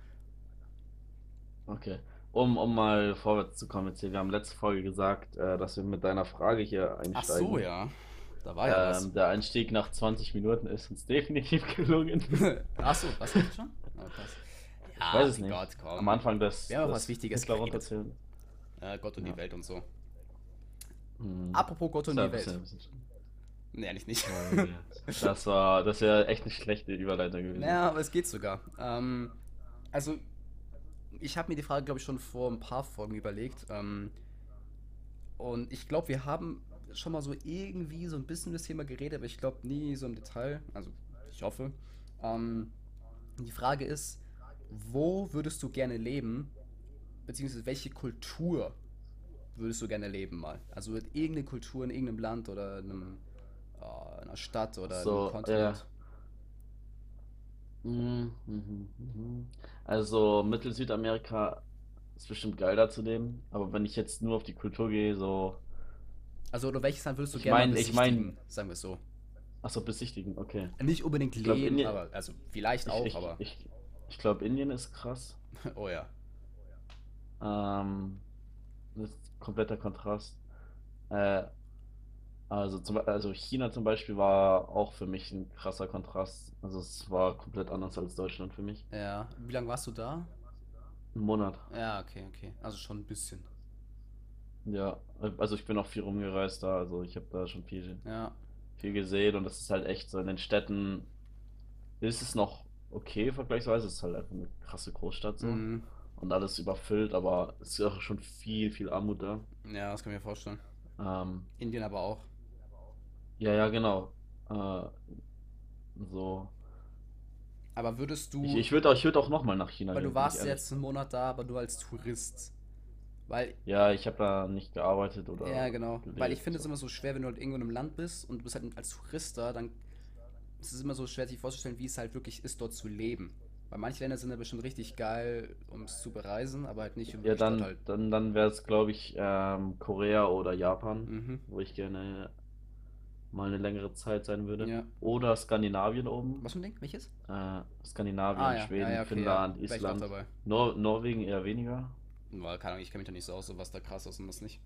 Okay. Um, um mal vorwärts zu kommen jetzt hier, wir haben letzte Folge gesagt, äh, dass wir mit deiner Frage hier
Ach so,
einsteigen.
ja. Da war Ah ja was.
Ähm, der Einstieg nach 20 Minuten ist uns definitiv gelungen.
Achso, was hast du schon? Oh, krass.
Ich weiß
Ja,
es
mein
nicht.
Gott,
Am
komm.
Anfang das,
Wir haben auch was
das
Wichtiges
Hitler
geredet.
runterzählen.
Äh, Gott und die
Ja.
Welt und so.
Hm.
Apropos Gott
Das
und
war ein
die
bisschen,
Welt.
ein bisschen schlimm.
Nee, eigentlich nicht.
Oh, nee. Das war, das wäre echt eine schlechte Überleitung gewesen.
Naja, aber es geht sogar. Ähm, also, ich habe mir die Frage, glaube ich, schon vor ein paar Folgen überlegt. Ähm, und ich glaube, wir haben schon mal so irgendwie so ein bisschen über das Thema geredet, aber ich glaube nie so im Detail. Also, ich hoffe. Ähm, die Frage ist, wo würdest du gerne leben? Beziehungsweise welche Kultur würdest du gerne leben mal? Also in irgendeine Kultur in irgendeinem Land oder in einem, äh, einer Stadt oder in einem
So, ja.
Kontinent. Hm,
Mhm, mhm, mhm. Also Mittel-Südamerika ist bestimmt geil da zu leben, aber wenn ich jetzt nur auf die Kultur gehe, so
Also, oder welches Land würdest du
Ich
gerne mal
mein- ich mein-
besichtigen? Sagen wir es so.
Achso, besichtigen, okay.
Nicht unbedingt
glaub,
leben,
Indien-
aber, also, vielleicht
Ich,
auch,
ich,
aber.
ich, ich glaube, Indien ist krass.
Oh ja.
Ähm, das ist kompletter Kontrast. Äh, also, zum, Be- also China zum Beispiel war auch für mich ein krasser Kontrast. Also es war komplett anders als Deutschland für mich.
Ja. Wie lange warst du da?
Ein Monat.
Ja, okay, okay. Also schon ein bisschen.
Ja, also ich bin auch viel rumgereist da. Also ich habe da schon viel,
Ja.
viel gesehen und das ist halt echt so. In den Städten ist es noch okay vergleichsweise. Es ist halt einfach eine krasse Großstadt so
Mhm.
und alles überfüllt, aber es ist auch schon viel, viel Armut da.
Mhm. Ja, das kann ich mir vorstellen.
Ähm,
Indien aber auch.
Ja, ja, genau. Äh, so.
Aber würdest
Ich,
du,
ich würde auch, ich würd auch nochmal nach China
weil
gehen,
du
bin ich
warst
ehrlich.
jetzt einen Monat da, aber nur als Tourist. Weil,
Ja, ich habe da nicht gearbeitet
ja,
oder
genau. Weil ich
gelebt.
finde es
So.
immer so schwer, wenn du halt irgendwo in einem Land bist und du bist halt als Tourist da, dann ist es immer so schwer, sich vorzustellen, wie es halt wirklich ist, dort zu leben. Weil manche Länder sind ja bestimmt richtig geil, um es zu bereisen, aber halt nicht, um
Ja,
wirklich dort
dann,
halt.
dann, dann wäre es, glaube ich, ähm, Korea oder Japan,
Mhm.
wo ich gerne mal eine längere Zeit sein würde.
Ja.
Oder Skandinavien oben.
Was für ein Ding? Welches?
Äh,
Ah
Skandinavien,
ja, ja,
Schweden,
ja, okay, ja.
Finnland,
Wäre ich auch
Island.
dabei.
Nor Norwegen eher weniger.
Weil, keine Ahnung, ich kenne mich da nicht so aus, so was da krass ist und was nicht.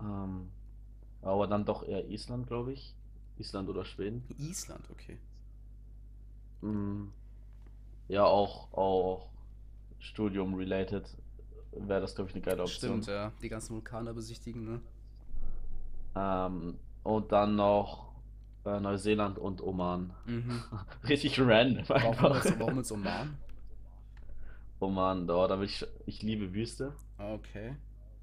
Ähm, aber dann doch eher Island, glaube ich. Island oder Schweden.
Island, okay.
Mm, Ja, auch, auch Studium-related wäre das, glaube ich, eine geile Option.
Stimmt, ja. Die ganzen Vulkane besichtigen, ne?
Ähm, und dann noch äh, Neuseeland und Oman.
Mhm.
Richtig random
Warum
einfach.
jetzt, warum jetzt Oman?
Oman, da, da will ich, ich liebe Wüste.
Okay.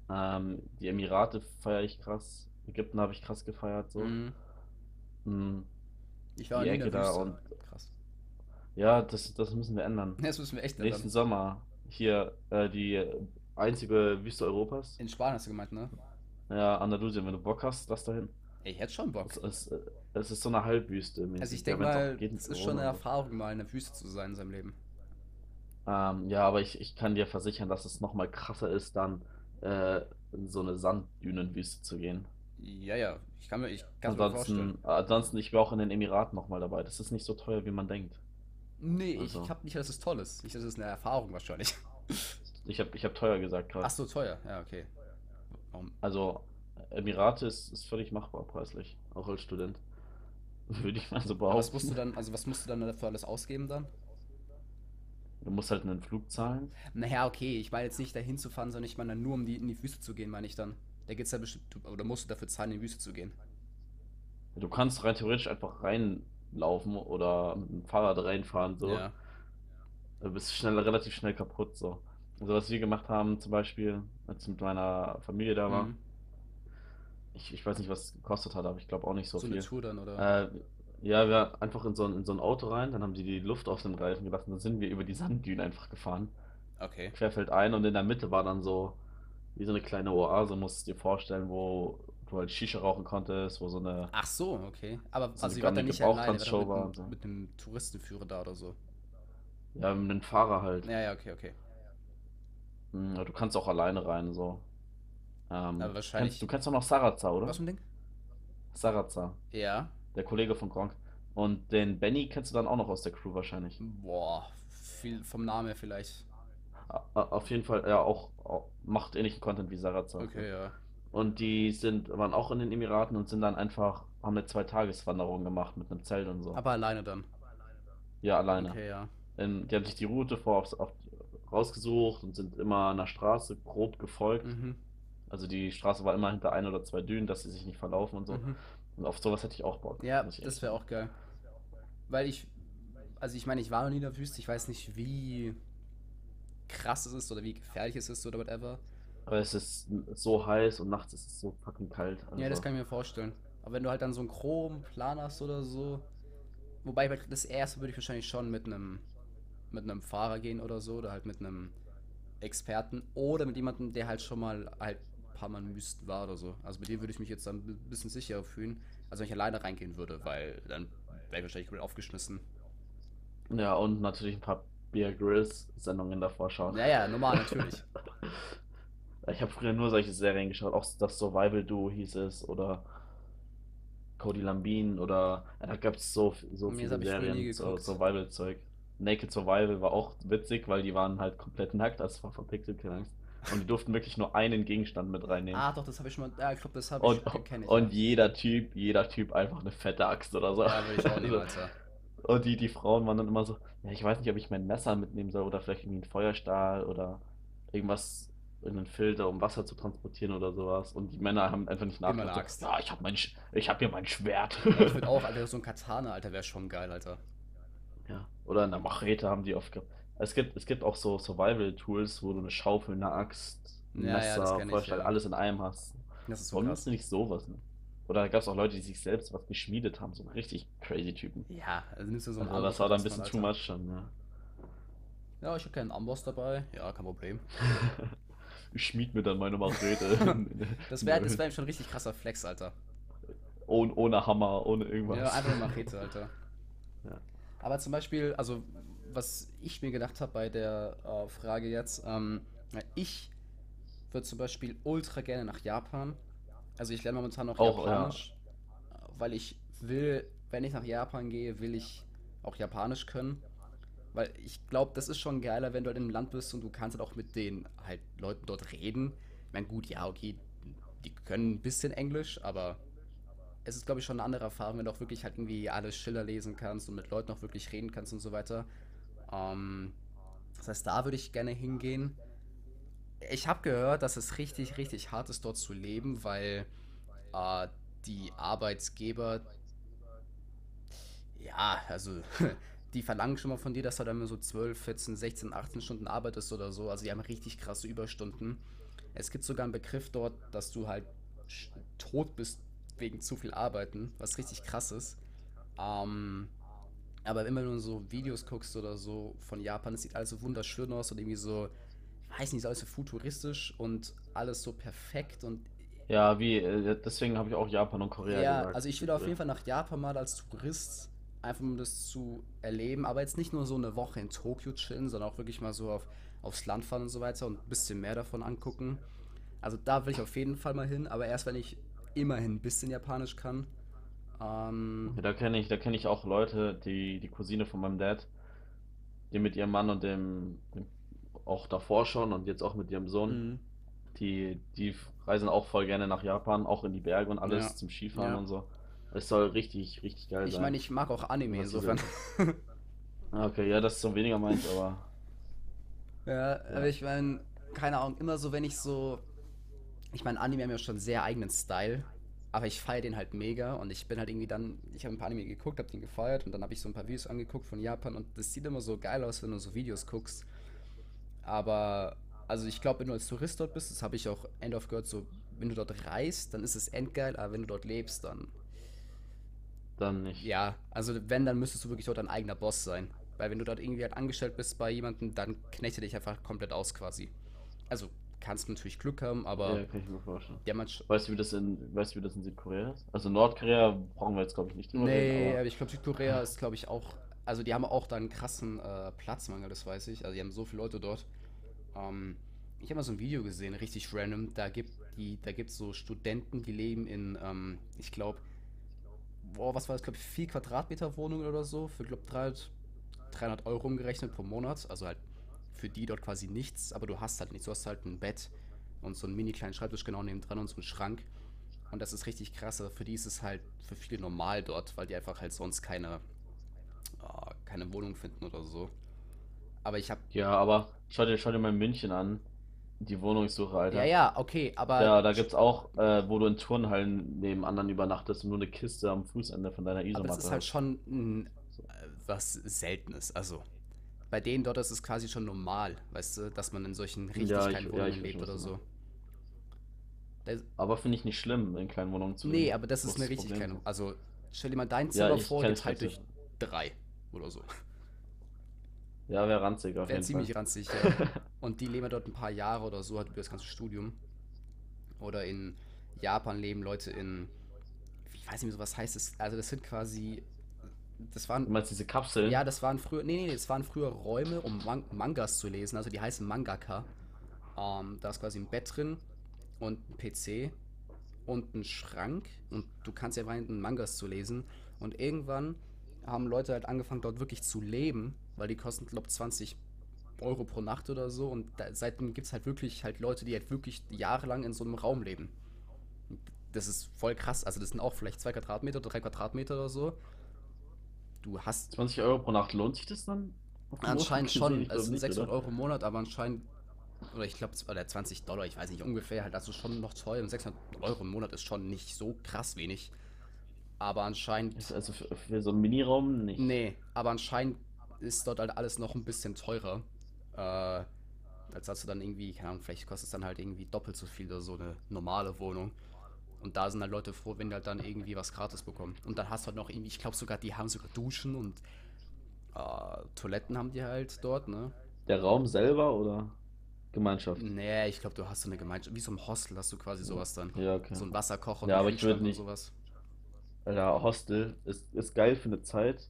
Ähm, die Emirate feiere ich krass. Ägypten habe ich krass gefeiert, so.
Mhm.
Mm,
Ich war
Die
nie in der
Ecke da
Wüste.
und
Krass.
ja, das, das müssen wir ändern.
Das müssen wir echt
Nächsten
ändern.
Sommer hier äh, die einzige Wüste Europas.
In Spanien hast du gemeint, ne?
Ja, Andalusien, wenn du Bock hast, lass da hin.
Ey, ich hätte schon
Es
Bock.
ist, äh, es ist so eine Halbwüste
Also ich
mäßig. Ja,
denke
wenn es
mal,
auch geht mit
es ist schon
Corona
eine
und so.
Erfahrung, mal in der Wüste zu sein in seinem Leben.
Ähm, ja, aber ich, ich kann dir versichern, dass es nochmal krasser ist, dann äh, in so eine Sanddünenwüste zu gehen.
Ja, ja. Ich kann mir, ich kann es mir vorstellen.
Ansonsten, ansonsten, ich war auch in den Emiraten nochmal dabei. Das ist nicht so teuer, wie man denkt.
Nee, ich, ich
Also,
hab nicht, dass es toll ist. Ich, das ist eine Erfahrung wahrscheinlich.
ich habe ich hab teuer gesagt
Ach
gerade.
so, teuer. Ja, okay. Warum?
Also, Emirate ist, ist völlig machbar preislich, auch als Student. Würde ich mal so
Aber was musst du
behaupten.
dann, also was musst du dann dafür alles ausgeben dann?
Du musst halt einen Flug zahlen.
Naja, okay, ich meine jetzt nicht dahin zu fahren, sondern ich meine dann nur, um die, in die Wüste zu gehen, meine ich dann. Da geht's ja bestimmt, du- oder musst du dafür zahlen, in die Wüste zu gehen.
Du kannst rein theoretisch einfach reinlaufen oder mit dem Fahrrad reinfahren, so.
Ja.
Du bist schnell, relativ schnell kaputt, so. Also was wir gemacht haben, zum Beispiel, als ich mit meiner Familie da war,
Mhm.
ich, ich weiß nicht, was es gekostet hat, aber ich glaube auch nicht so
So eine
viel.
Tour dann, oder?
Äh, ja, wir einfach in so ein, in so ein Auto rein, dann haben sie die Luft aus den Reifen gelassen, dann sind wir über die Sanddünen einfach gefahren,
Okay.
querfeldein und in der Mitte war dann so, wie so eine kleine Oase, musst du dir vorstellen, wo du halt Shisha rauchen konntest, wo so eine,
Ach so, okay. Aber
so eine
also ihr wart da
Gummy
nicht alleine, ihr wart da
Show
mit
war
einem,
und so.
mit einem Touristenführer da oder so.
Ja, mit einem Fahrer halt.
Ja, ja, okay, okay.
Mm, ja, Du kannst auch alleine rein, so. Ähm,
Aber
du kennst, du
wahrscheinlich.
kennst auch noch Sarazza, oder?
Was für ein Ding?
Sarazza,
Ja.
der Kollege von Gronk. Und den Benny kennst du dann auch noch aus der Crew wahrscheinlich.
Boah, viel vom Namen her vielleicht.
A- a- Auf jeden Fall, ja, auch, auch macht ähnlichen Content wie Sarazza.
Okay, ja.
Und die sind, waren auch in den Emiraten und sind dann einfach, haben eine Zweitageswanderung gemacht mit einem Zelt und so.
Aber alleine dann.
Ja, alleine.
Okay, ja.
Ähm, die haben sich die Route vor aufs, auf, rausgesucht und sind immer einer Straße grob gefolgt.
Mhm.
Also die Straße war immer hinter ein oder zwei Dünen, dass sie sich nicht verlaufen und so.
Mhm.
Und auf sowas hätte ich auch Bock,
Ja,
muss ich ehrlich
das wäre
sagen.
auch geil. Weil ich, also ich meine, ich war noch nie in der Wüste, ich weiß nicht, wie krass es ist oder wie gefährlich es ist oder whatever.
Aber es ist so heiß und nachts ist es so fucking kalt.
Ja, das
Also,
kann ich mir vorstellen. Aber wenn du halt dann so einen groben Plan hast oder so, wobei halt das erste würde ich wahrscheinlich schon mit einem mit einem Fahrer gehen oder so oder halt mit einem Experten oder mit jemandem, der halt schon mal halt ein paar Mal in Wüsten war oder so. Also mit dem würde ich mich jetzt dann ein bisschen sicherer fühlen, als wenn ich alleine reingehen würde, weil dann wäre ich wahrscheinlich komplett aufgeschmissen.
ja, und natürlich ein paar Bear Grylls Sendungen davor schauen.
Ja, ja, normal, natürlich.
Ich habe früher nur solche Serien geschaut, auch das Survival Duo hieß es oder Cody Lambin oder ja, da gab es so, so
Nee, das
viele
habe ich früher nie
Serien, so
geguckt.
Survival-Zeug. Naked Survival war auch witzig, weil die waren halt komplett nackt, das war verpixelt, keine Angst. Und die durften wirklich nur einen Gegenstand mit reinnehmen.
Ah, doch, das habe ich schon mal. Ja, ich glaube, das habe ich.
Und,
Kenne ich.
und jeder Typ, jeder Typ einfach eine fette Axt oder so.
ja. ja, würde ich auch nehmen,
Also,
Alter.
und die, die Frauen waren dann immer so, ja, ich weiß nicht, ob ich mein Messer mitnehmen soll oder vielleicht irgendwie einen Feuerstahl oder irgendwas, irgendeinen Filter, um Wasser zu transportieren oder sowas. Und die Männer haben einfach nicht
Immer eine
nachgedacht,
Axt.
so, ja, ich hab mein, Sch- ich hab hier mein Schwert.
Ja, ich würde auch, Alter, so ein Katana, Alter, wäre schon geil, Alter.
Ja. Oder eine Machete haben die oft gehabt. Es gibt, es gibt auch so Survival-Tools, wo du eine Schaufel, eine Axt, ein
Ja, ja, das
Messer,
kenn ich,
Feuerstahl,
ja.
alles in einem hast.
Das ist so
Warum
krass.
nimmst du nicht sowas, ne? Oder da gab es auch Leute, die sich selbst was geschmiedet haben, so richtig crazy Typen.
Ja, also nimmst du so einen
Also das war dann ein bisschen
erstmal,
too much schon, ne?
Alter. Ja, ich habe keinen Amboss dabei. Ja, kein Problem.
Ich schmied mir dann meine Machete.
Das wäre das wär schon ein richtig krasser Flex, Alter.
ohne, ohne Hammer, ohne
Ja,
irgendwas.
einfach eine Machete, Alter.
Ja.
Aber zum Beispiel, also, was ich mir gedacht habe bei der äh, Frage jetzt, ähm, na, ich würde zum Beispiel ultra gerne nach Japan. Also, ich lerne momentan noch
Auch, ja.
Japanisch, äh, weil ich will, wenn ich nach Japan gehe, will ich auch Japanisch können. Weil ich glaube, das ist schon geiler, wenn du halt in einem Land bist und du kannst halt auch mit den halt Leuten dort reden. Ich meine, gut, ja, okay, die können ein bisschen Englisch, aber es ist, glaube ich, schon eine andere Erfahrung, wenn du auch wirklich halt irgendwie alle Schilder lesen kannst und mit Leuten auch wirklich reden kannst und so weiter. Ähm, das heißt, da würde ich gerne hingehen. Ich habe gehört, dass es richtig, richtig hart ist, dort zu leben, weil äh, die Arbeitsgeber, ja, also die verlangen schon mal von dir, dass du dann immer so 12, 14, 16, 18 Stunden arbeitest oder so. Also die haben richtig krasse Überstunden. Es gibt sogar einen Begriff dort, dass du halt sch- tot bist wegen zu viel Arbeiten, was richtig krass ist. Ähm, aber immer nur so Videos guckst oder so von Japan, es sieht alles so wunderschön aus und irgendwie so, ich weiß nicht, ist alles so futuristisch und alles so perfekt und
Ja, wie, äh, deswegen habe ich auch Japan und Korea
ja,
gesagt.
also ich will auf jeden Fall nach Japan mal als Tourist, einfach um das zu erleben, aber jetzt nicht nur so eine Woche in Tokio chillen, sondern auch wirklich mal so auf, aufs Land fahren und so weiter und ein bisschen mehr davon angucken. Also da will ich auf jeden Fall mal hin, aber erst wenn ich immerhin ein bisschen Japanisch kann. Ähm,
Ja, Da kenne ich, da kenne ich auch Leute, die, die Cousine von meinem Dad, die mit ihrem Mann und dem, dem auch davor schon und jetzt auch mit ihrem Sohn,
mhm.
die, die reisen auch voll gerne nach Japan, auch in die Berge und alles
Ja.
zum Skifahren
Ja.
und so. Es soll richtig, richtig geil
Ich
sein.
meine, ich mag auch Anime,
Was diese-
insofern.
Ah, Okay, ja, das ist so weniger meins, aber
Ja,
Ja.
aber ich meine, keine Ahnung, immer so, wenn ich so. Ich meine, Anime haben ja schon sehr eigenen Style, aber ich feiere den halt mega und ich bin halt irgendwie dann. Ich habe ein paar Anime geguckt, habe den gefeiert und dann habe ich so ein paar Videos angeguckt von Japan und das sieht immer so geil aus, wenn du so Videos guckst. Aber, also ich glaube, wenn du als Tourist dort bist, das habe ich auch end of gehört, so, wenn du dort reist, dann ist es endgeil, aber wenn du dort lebst, dann.
dann nicht.
Ja, also wenn, dann müsstest du wirklich dort dein eigener Boss sein. Weil wenn du dort irgendwie halt angestellt bist bei jemandem, dann knechte dich einfach komplett aus quasi. Also kannst natürlich Glück haben, aber
Ja, kann ich mir vorstellen.
der Mensch.
Weißt du, wie das in, weißt du, wie das in Südkorea ist? Also Nordkorea brauchen wir jetzt, glaube ich, nicht drüber reden,
Nee,
aber
aber ich glaube, Südkorea ist, glaube ich, auch. Also die haben auch da einen krassen äh, Platzmangel, das weiß ich. Also die haben so viele Leute dort. Ähm, ich habe mal so ein Video gesehen, richtig random. Da gibt die, da gibt's so Studenten, die leben in, ähm, ich glaube, boah, was war das, glaube ich, 4 Quadratmeter Wohnungen oder so, für, glaube 300, 300 Euro umgerechnet pro Monat. Also halt für die dort quasi nichts, aber du hast halt nichts. Du hast halt ein Bett und so einen mini kleinen Schreibtisch genau nebendran und so einen Schrank. Und das ist richtig krass. aber Für die ist es halt für viele normal dort, weil die einfach halt sonst keine, äh, keine Wohnung finden oder so. Aber ich habe.
ja, aber schau dir, schau dir mal München an, die Wohnungssuche,
Ja,
Alter.
ja, okay, aber.
Ja, da gibt's auch, äh, wo du in Turnhallen neben anderen übernachtest und nur eine Kiste am Fußende von deiner
Aber das ist
Isomatte
halt
hast.
schon ein, äh, was Seltenes. Also bei denen dort ist es quasi schon normal, weißt du, dass man in solchen richtig
Ja, ich-
kleinen
ja,
Wohnungen
ich
lebt oder
verstehe, was du
so. Das,
Aber finde ich nicht schlimm, in kleinen Wohnungen zu
nee,
leben.
aber das
Wo
ist
ist
eine
das
richtig
Problem?
kleine. Also stell dir mal dein
Ja,
Zimmer
ich
vor,
kenne es
geteilt durch
Konzept.
drei oder so.
Ja, wäre ranzig auf
Wäre
jeden
ziemlich
Fall.
ranzig, ja. Und die leben ja dort ein paar Jahre oder so, halt über das ganze Studium. Oder in Japan leben Leute in, ich weiß nicht mehr so, was heißt es. Also das sind quasi, das
Du
waren,
meinst diese Kapseln?
ja, das waren früher, nee, nee, nee, das waren früher Räume, um Man Mangas zu lesen. Also die heißen Mangaka. Ähm, da ist quasi ein Bett drin und ein PC und ein Schrank und du kannst ja rein Mangas zu lesen. Und irgendwann haben Leute halt angefangen, dort wirklich zu leben, weil die kosten, glaube 20 Euro pro Nacht oder so. Und da, seitdem gibt es halt wirklich halt Leute, die halt wirklich jahrelang in so einem Raum leben. Das ist voll krass. Also das sind auch vielleicht zwei Quadratmeter oder drei Quadratmeter oder so. Du hast
20 Euro pro Nacht lohnt sich das dann? Auf den
anscheinend
Monat gesehen?
schon, Also es
Ich glaube
sind
nicht,
600
oder?
Euro im Monat, aber anscheinend, oder ich glaube, oder 20 Dollar, ich weiß nicht ungefähr, halt also schon noch teuer. Und 600 Euro im Monat ist schon nicht so krass wenig. Aber anscheinend
Ist also für, für so einen Miniraum nicht.
Nee, aber anscheinend ist dort halt alles noch ein bisschen teurer. Äh, als hast du dann irgendwie, keine Ahnung, vielleicht kostet es dann halt irgendwie doppelt so viel oder so eine normale Wohnung. Und da sind halt Leute froh, wenn die halt dann irgendwie was gratis bekommen. Und dann hast du halt noch irgendwie, ich glaube sogar, die haben sogar Duschen und äh, Toiletten haben die halt dort, ne?
Der Raum selber oder Gemeinschaft?
Nee, ich glaube, du hast so eine Gemeinschaft, wie so im Hostel hast du quasi sowas dann.
Ja, okay.
So ein Wasserkocher und
Ja,
einen
aber ich würde
Kühlschrank und sowas.
nicht. Ja, Hostel ist, ist geil für eine Zeit.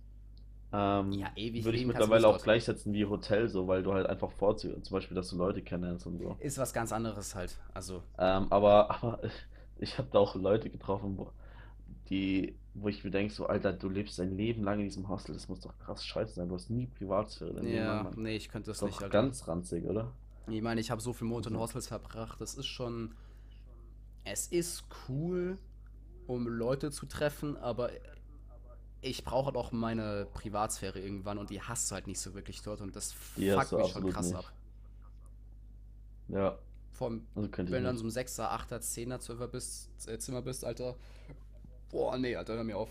Ähm,
Ja, ewig
würde ich
leben kannst du nicht
mittlerweile auch
dort.
gleichsetzen wie Hotel, so, weil du halt einfach Vorzüge, zum Beispiel, dass du Leute kennenlernst und so.
Ist was ganz anderes halt. Also,
Ähm, aber, aber ich habe da auch Leute getroffen, wo, die, wo ich mir denke, so, Alter, du lebst dein Leben lang in diesem Hostel, das muss doch krass scheiße sein, du hast nie Privatsphäre dein Leben lang,
ja,
Mann.
nee, ich könnte das
Ist
nicht,
doch
Alter.
ganz ranzig, oder?
Ich meine, ich habe so viele Monate in
Also,
Hostels verbracht. Das ist schon. Es ist cool, um Leute zu treffen, aber ich brauche halt auch meine Privatsphäre irgendwann und die hast du halt nicht so wirklich dort und das
die hast
fuckt
du
mich schon
absolut
krass
nicht.
ab.
Ja,
Vor allem,
also könnte ich
wenn du dann so
nicht.
im 6er, 8er, 10er Zimmer bist, äh, Zimmer bist, Alter. Boah, nee, Alter, hör mir auf.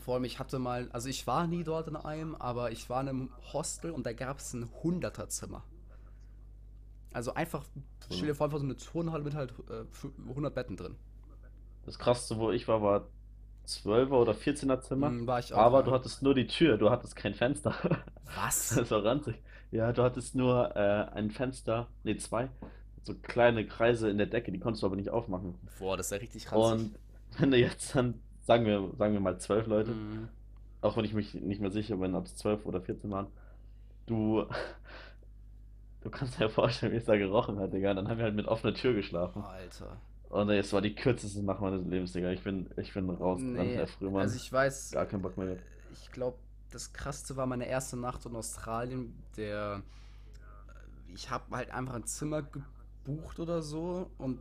Vor allem, ich hatte mal, also ich war nie dort in einem, aber ich war in einem Hostel und da gab es ein 100er Zimmer. Also einfach, stell dir
So.
vor, einfach so eine Turnhalle mit halt äh, fü- 100 Betten drin.
Das Krasseste, wo ich war, war 12er oder 14er Zimmer,
Hm, war ich auch,
aber du
ja.
hattest nur die Tür, du hattest kein Fenster.
Was?
Das war ranzig. Ja, du hattest nur äh, ein Fenster, nee, zwei, so kleine Kreise in der Decke, die konntest du aber nicht aufmachen.
Boah, das ist ja richtig ranzig.
Und wenn du jetzt dann, sagen wir, sagen wir mal zwölf Leute,
Mhm.
auch wenn ich mich nicht mehr sicher bin, ob es zwölf oder 14 waren, du, du kannst dir ja vorstellen, wie es da gerochen hat, Digga. Dann haben wir halt mit offener Tür geschlafen.
Alter.
Und es war die kürzeste Nacht meines Lebens, Digga. Ich bin, ich bin rausgerannt,
Nee,
Herr Frühmann.
also ich weiß,
Gar keinen Bock mehr gehabt.
äh, ich glaube, das Krasseste war meine erste Nacht in Australien. Der, ich habe halt einfach ein Zimmer gebucht oder so und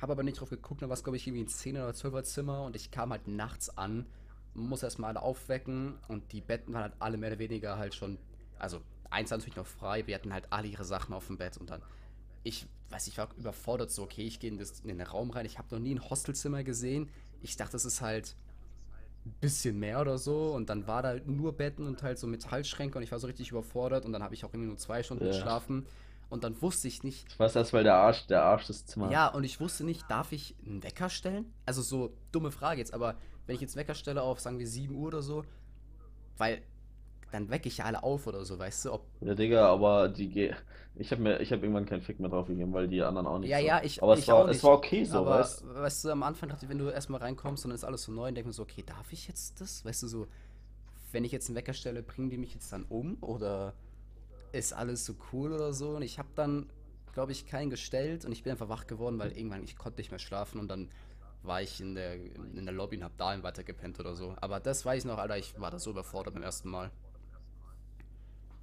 habe aber nicht drauf geguckt. Da war es, glaube ich, irgendwie ein 10 oder 12er Zimmer und ich kam halt nachts an, muss erstmal alle aufwecken und die Betten waren halt alle mehr oder weniger halt schon, also eins war natürlich noch frei, wir hatten halt alle ihre Sachen auf dem Bett und dann ich weiß, ich war überfordert, so, okay, ich gehe in, das- in den Raum rein, ich habe noch nie ein Hostelzimmer gesehen. Ich dachte, es ist halt ein bisschen mehr oder so und dann war da nur Betten und halt so Metallschränke und ich war so richtig überfordert und dann habe ich auch irgendwie nur zwei Stunden
Ja.
geschlafen und dann wusste ich nicht,
Ich weiß erstmal der Arsch, der Arsch des Zimmers.
ja, und ich wusste nicht, darf ich einen Wecker stellen? Also so dumme Frage jetzt, aber wenn ich jetzt Wecker stelle auf, sagen wir 7 Uhr oder so, weil dann wecke ich ja alle auf oder so, weißt du, ob,
Ja, Digga, aber die Ge ich habe mir ich habe irgendwann keinen Fick mehr drauf gegeben, weil die anderen auch nicht
Ja,
so.
ja, ich,
Aber es
ich auch
war es war
nicht.
okay so,
Aber
weißt?
weißt du, am Anfang dachte ich, wenn du erstmal reinkommst und dann ist alles so neu, und denke mir so, okay, darf ich jetzt das? Weißt du, so, wenn ich jetzt einen Wecker stelle, bringen die mich jetzt dann um oder ist alles so cool oder so? Und ich habe dann, glaube ich, keinen gestellt und ich bin einfach wach geworden, weil irgendwann ich konnte nicht mehr schlafen und dann war ich in der, in der Lobby und habe dahin weitergepennt oder so. Aber das weiß ich noch, Alter, ich war da so überfordert beim ersten Mal.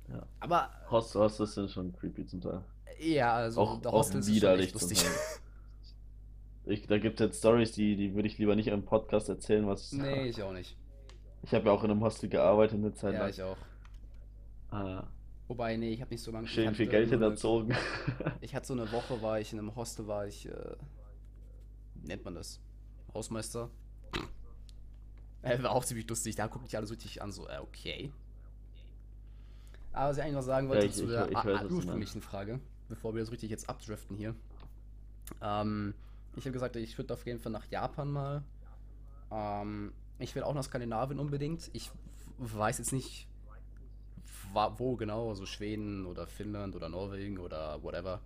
Ja.
Aber
Host Hostels sind schon creepy zum Teil.
ja, also
Auch,
der
auch
Hostels ist schon echt
widerlich zum
lustig.
Teil. Ich, da gibt es jetzt Stories, die, die würde ich lieber nicht im Podcast erzählen, was
Nee, ich auch nicht.
ich habe ja auch in einem Hostel gearbeitet eine Zeit
Ja,
lang.
ich auch.
Äh,
Wobei, nee, ich habe nicht so lange, ich
schön viel
hatte
Geld
nur eine,
hinterzogen.
ich hatte so eine Woche, war ich in einem Hostel, war ich, äh, wie nennt man das? Hausmeister. Äh, war auch ziemlich lustig, da guckt mich alle so richtig an, so, äh, okay. Aber was ich eigentlich noch sagen
Ja,
wollte
ich,
zu
ich,
der
ich
a-
weiß,
a-
was du meinst.
ursprünglichen Frage, bevor wir das richtig jetzt abdriften hier. Ähm, ich habe gesagt, ich würde auf jeden Fall nach Japan mal. Ähm, ich will auch nach Skandinavien unbedingt. Ich w- weiß jetzt nicht, wa- wo genau, also Schweden oder Finnland oder Norwegen oder whatever.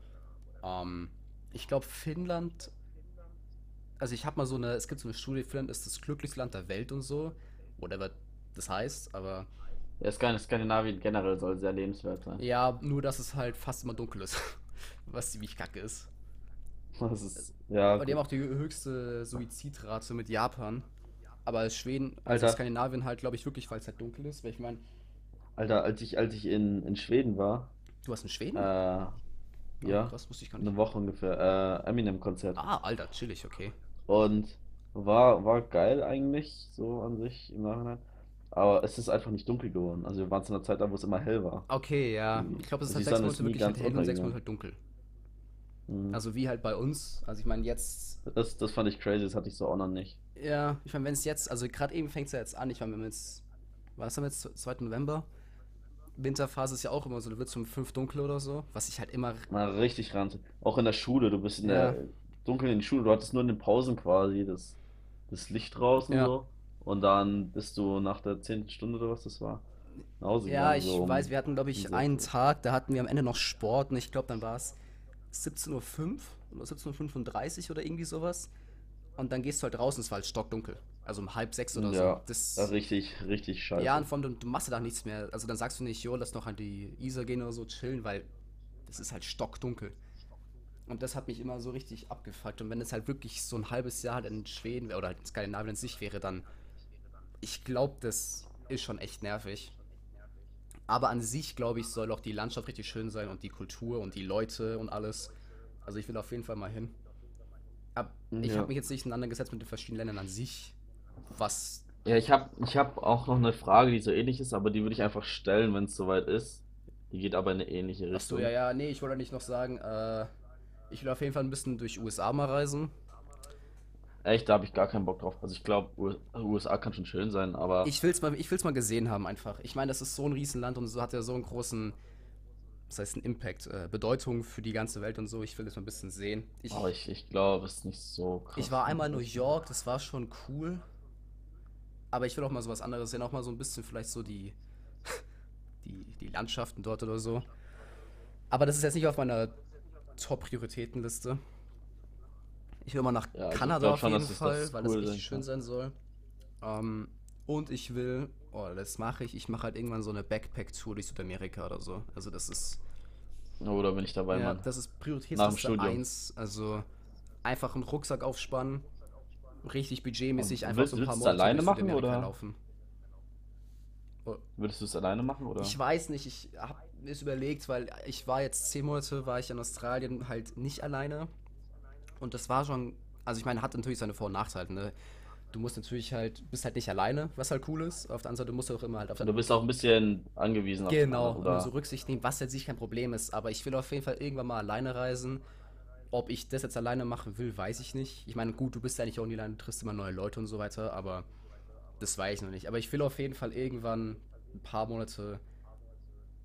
Ähm, ich glaube, Finnland, also ich habe mal so eine, es gibt so eine Studie, Finnland ist das glücklichste Land der Welt und so, whatever das heißt, aber
Ja, Skandinavien generell soll sehr lebenswert sein.
ja, nur dass es halt fast immer dunkel ist. was ziemlich kacke ist.
Das ist, ja,
Aber die haben
gut.
auch die höchste Suizidrate mit Japan. Aber Schweden, also
Alter.
Skandinavien halt, glaube ich, wirklich, weil es halt dunkel ist. Weil ich meine,
Alter, als ich, als ich in, in Schweden war,
du hast in Schweden?
äh, ja,
Das wusste ich gar nicht.
eine Woche ungefähr, äh, Eminem-Konzert.
Ah, Alter, chillig, okay.
Und war, war geil eigentlich, so an sich im Nachhinein. Aber es ist einfach nicht dunkel geworden. Also wir waren zu einer Zeit da, wo es immer hell war.
Okay, ja.
Mhm.
Ich glaube, es ist
Die
halt sechs
Sonne ist
Monate
nie
wirklich halt
ganz
hell und sechs Monate
untergegangen.
halt dunkel.
Mhm.
Also wie halt bei uns. Also ich meine, jetzt,
Das, das fand ich crazy, das hatte ich so auch noch nicht.
ja, ich meine, wenn es jetzt, also gerade eben fängt es ja jetzt an. Ich meine, wenn wir jetzt, was haben wir jetzt, 2. November? Winterphase ist ja auch immer so, da wird es um 5 dunkel oder so. Was ich halt immer,
Mal richtig rannte. Auch in der Schule, du bist in der
Ja.
dunkel in der Schule, du hattest nur in den Pausen quasi das, das Licht draußen
Ja.
so. Und dann bist du nach der zehnten Stunde oder was das war, nach Hause
ja,
gegangen,
ich
so um
weiß, wir hatten, glaube
um
ich,
so
einen
viel.
Tag, da hatten wir am Ende noch Sport und ich glaube, dann war es 17.05 Uhr oder 17.35 Uhr oder irgendwie sowas. Und dann gehst du halt raus und es war halt stockdunkel. Also um halb sechs oder so.
Ja, also
Das,
das war richtig, richtig
Ja, und
scheiße.
vor allem, du, du machst ja da nichts mehr. Also dann sagst du nicht, jo, lass noch an die Isar gehen oder so chillen, weil das ist halt stockdunkel. Und das hat mich immer so richtig abgefuckt. Und wenn es halt wirklich so ein halbes Jahr halt in Schweden wär- oder halt in Skandinavien an sich wäre, dann, ich glaube, das ist schon echt nervig. Aber an sich, glaube ich, soll auch die Landschaft richtig schön sein und die Kultur und die Leute und alles. Also ich will auf jeden Fall mal hin. Aber ich
Ja.
habe mich jetzt nicht auseinandergesetzt mit den verschiedenen Ländern an sich, was
Ja, ich habe ich hab auch noch eine Frage, die so ähnlich ist, aber die würde ich einfach stellen, wenn es soweit ist. Die geht aber in eine ähnliche
Ach so,
Richtung.
ja, ja, nee, ich wollte nicht noch sagen, äh, ich will auf jeden Fall ein bisschen durch USA mal reisen.
Echt, da habe ich gar keinen Bock drauf. Also ich glaube, USA kann schon schön sein, aber
Ich will's mal, ich will's mal gesehen haben einfach. Ich meine, das ist so ein Riesenland und so hat ja so einen großen, das heißt, einen Impact, äh, Bedeutung für die ganze Welt und so. Ich will das mal ein bisschen sehen. Ich,
aber ich, ich glaube, es ist nicht so
ich
krass
war
wie
einmal in New
das.
York, das war schon cool, aber ich will auch mal sowas anderes sehen, auch mal so ein bisschen vielleicht so die, die, die Landschaften dort oder so. Aber das ist jetzt nicht auf meiner Top-Prioritätenliste. Ich will mal nach
Ja, also ich
Kanada
glaub
auf
schon,
jeden
dass es- dass
Fall,
es
weil das
cool
richtig
sein
schön
kann.
sein soll. Ähm, und ich will, oh, das mache ich, ich mache halt irgendwann so eine Backpack-Tour durch Südamerika oder so. Also das ist,
Oh, da bin ich dabei,
ja,
Mann.
das ist
Nach dem
Prioritätsliste
Studium.
1. Also einfach einen Rucksack aufspannen, richtig budgetmäßig
Und
einfach
willst,
so ein paar
willst du es
Monate
alleine
durch
machen
Südamerika
oder
laufen. Oh,
würdest du es alleine machen oder?
ich weiß nicht, ich habe mir es überlegt, weil ich war jetzt zehn Monate, war ich in Australien halt nicht alleine. Und das war schon, also ich meine, hat natürlich seine Vor- und Nachteile, ne? Du musst natürlich halt, bist halt nicht alleine, was halt cool ist. Auf der anderen Seite musst du auch immer halt auf
Und
der,
du bist auch ein bisschen angewiesen auf den
genau,
anderen,
immer so
oder?
Rücksicht nehmen, was jetzt sicher kein Problem ist. Aber ich will auf jeden Fall irgendwann mal alleine reisen. Ob ich das jetzt alleine machen will, weiß ich nicht. Ich meine, gut, du bist ja nicht auch nie alleine, du triffst immer neue Leute und so weiter, aber das weiß ich noch nicht. Aber ich will auf jeden Fall irgendwann ein paar Monate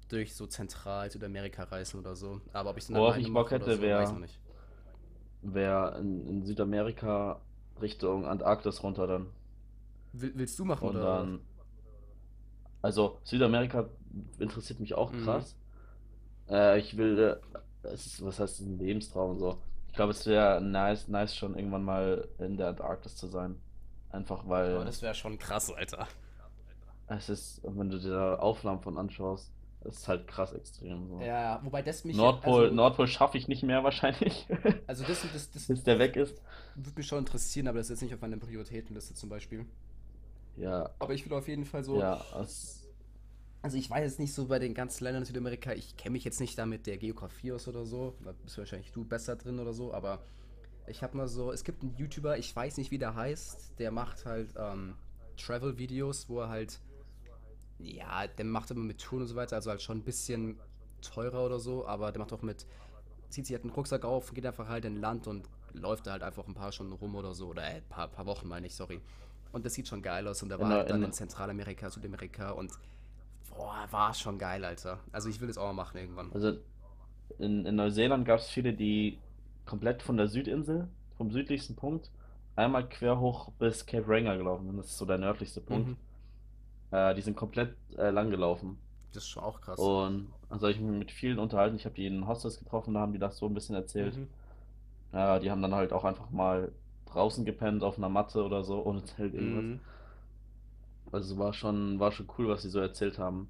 durch so Zentral Südamerika reisen oder so. Aber ob ich es dann
Worauf
alleine
ich Bock
mache oder
hätte,
so, weiß ich
wäre
noch nicht.
wär in, in Südamerika Richtung Antarktis runter dann.
Will, willst du machen
Und
oder?
dann, also Südamerika interessiert mich auch
Mhm.
krass. Äh, ich will, äh, es ist, was heißt ein Lebenstraum so. Ich glaube, es wäre nice, nice schon irgendwann mal in der Antarktis zu sein. Einfach
Aber
weil
Oh, das wäre schon krass, Alter.
es ist, wenn du dir da Aufnahmen von anschaust, es ist halt krass extrem so.
Ja, wobei das mich ja,
Nordpol,
also,
Nordpol schaffe ich nicht mehr wahrscheinlich,
also das, das, das
bis der weg ist.
würde mich schon interessieren, aber das ist jetzt nicht auf meiner Prioritätenliste zum Beispiel.
Ja,
Aber ich will auf jeden Fall so,
ja, es,
also ich weiß jetzt nicht so bei den ganzen Ländern in Südamerika, ich kenne mich jetzt nicht da mit der Geografie aus oder so, da bist wahrscheinlich du besser drin oder so, aber ich habe mal so, es gibt einen YouTuber, ich weiß nicht, wie der heißt, der macht halt ähm, Travel-Videos, wo er halt, ja, der macht immer mit Touren und so weiter, also halt schon ein bisschen teurer oder so, aber der macht auch mit, zieht sich halt einen Rucksack auf, geht einfach halt in Land und läuft da halt einfach ein paar Stunden rum oder so, oder äh, ein paar, paar Wochen, meine ich, sorry. Und das sieht schon geil aus und der
in,
war
der-
halt dann
in,
in Zentralamerika, Südamerika und Boah, war schon geil, Alter. Also ich will das auch mal machen irgendwann.
also In, in Neuseeland gab es viele, die komplett von der Südinsel, vom südlichsten Punkt, einmal quer hoch bis Cape Ranga gelaufen sind. Das ist so der nördlichste Punkt.
Mhm.
Äh, die sind komplett äh, lang gelaufen.
Das ist schon auch krass.
Und also ich hab mich mit vielen unterhalten. Ich habe die in Hostels getroffen, da haben die das so ein bisschen erzählt.
Mhm.
Äh, die haben dann halt auch einfach mal draußen gepennt auf einer Matte oder so, ohne Zelt, irgendwas.
Mhm.
Also war schon, war schon cool, was sie so erzählt haben.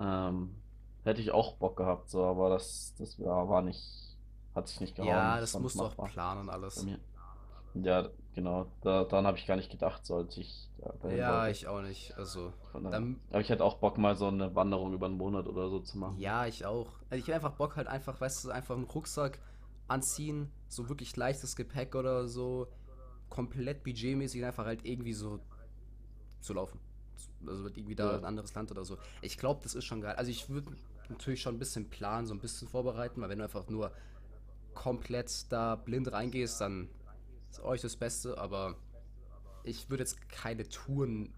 Ähm, Hätte ich auch Bock gehabt, so, aber das, das war, war nicht, hat sich nicht gehauen,
Ja,
das
das
war nicht
musst du auch
machbar
planen und
bei
alles.
mir. Ja, genau, da, daran habe ich gar nicht gedacht, so, als ich da, dahin
Ja,
wollte.
ich auch nicht. Also,
Von daher.
dann,
Aber ich hätte auch Bock, mal so eine Wanderung über einen Monat oder so zu machen.
ja, ich auch. Also ich hab einfach Bock halt einfach, weißt du, einfach einen Rucksack anziehen, so wirklich leichtes Gepäck oder so, komplett budgetmäßig einfach halt irgendwie so zu laufen. Also irgendwie da
Ja.
ein anderes Land oder so. Ich glaube, das ist schon geil. Also ich würde natürlich schon ein bisschen planen, so ein bisschen vorbereiten, weil wenn du einfach nur komplett da blind reingehst, dann ist euch das Beste, aber ich würde jetzt keine Touren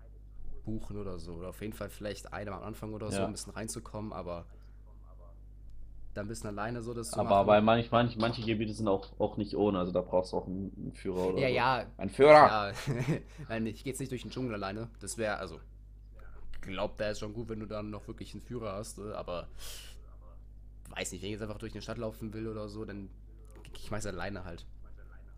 buchen oder so. Oder auf jeden Fall vielleicht eine am Anfang oder so, um ein
Ja.
bisschen reinzukommen, aber dann ein bisschen alleine so das zu
Aber bei
machen.
manch, manch, manche Gebiete sind auch, auch nicht ohne, also da brauchst du auch einen, einen Führer oder
Ja,
so.
ja,
Ein Führer!
klar. Nein, ich gehe jetzt nicht durch den Dschungel alleine. Das wäre, also, glaub, da ist schon gut, wenn du dann noch wirklich einen Führer hast, äh, aber weiß nicht, wenn ich jetzt einfach durch eine Stadt laufen will oder so, dann ich mach's alleine halt.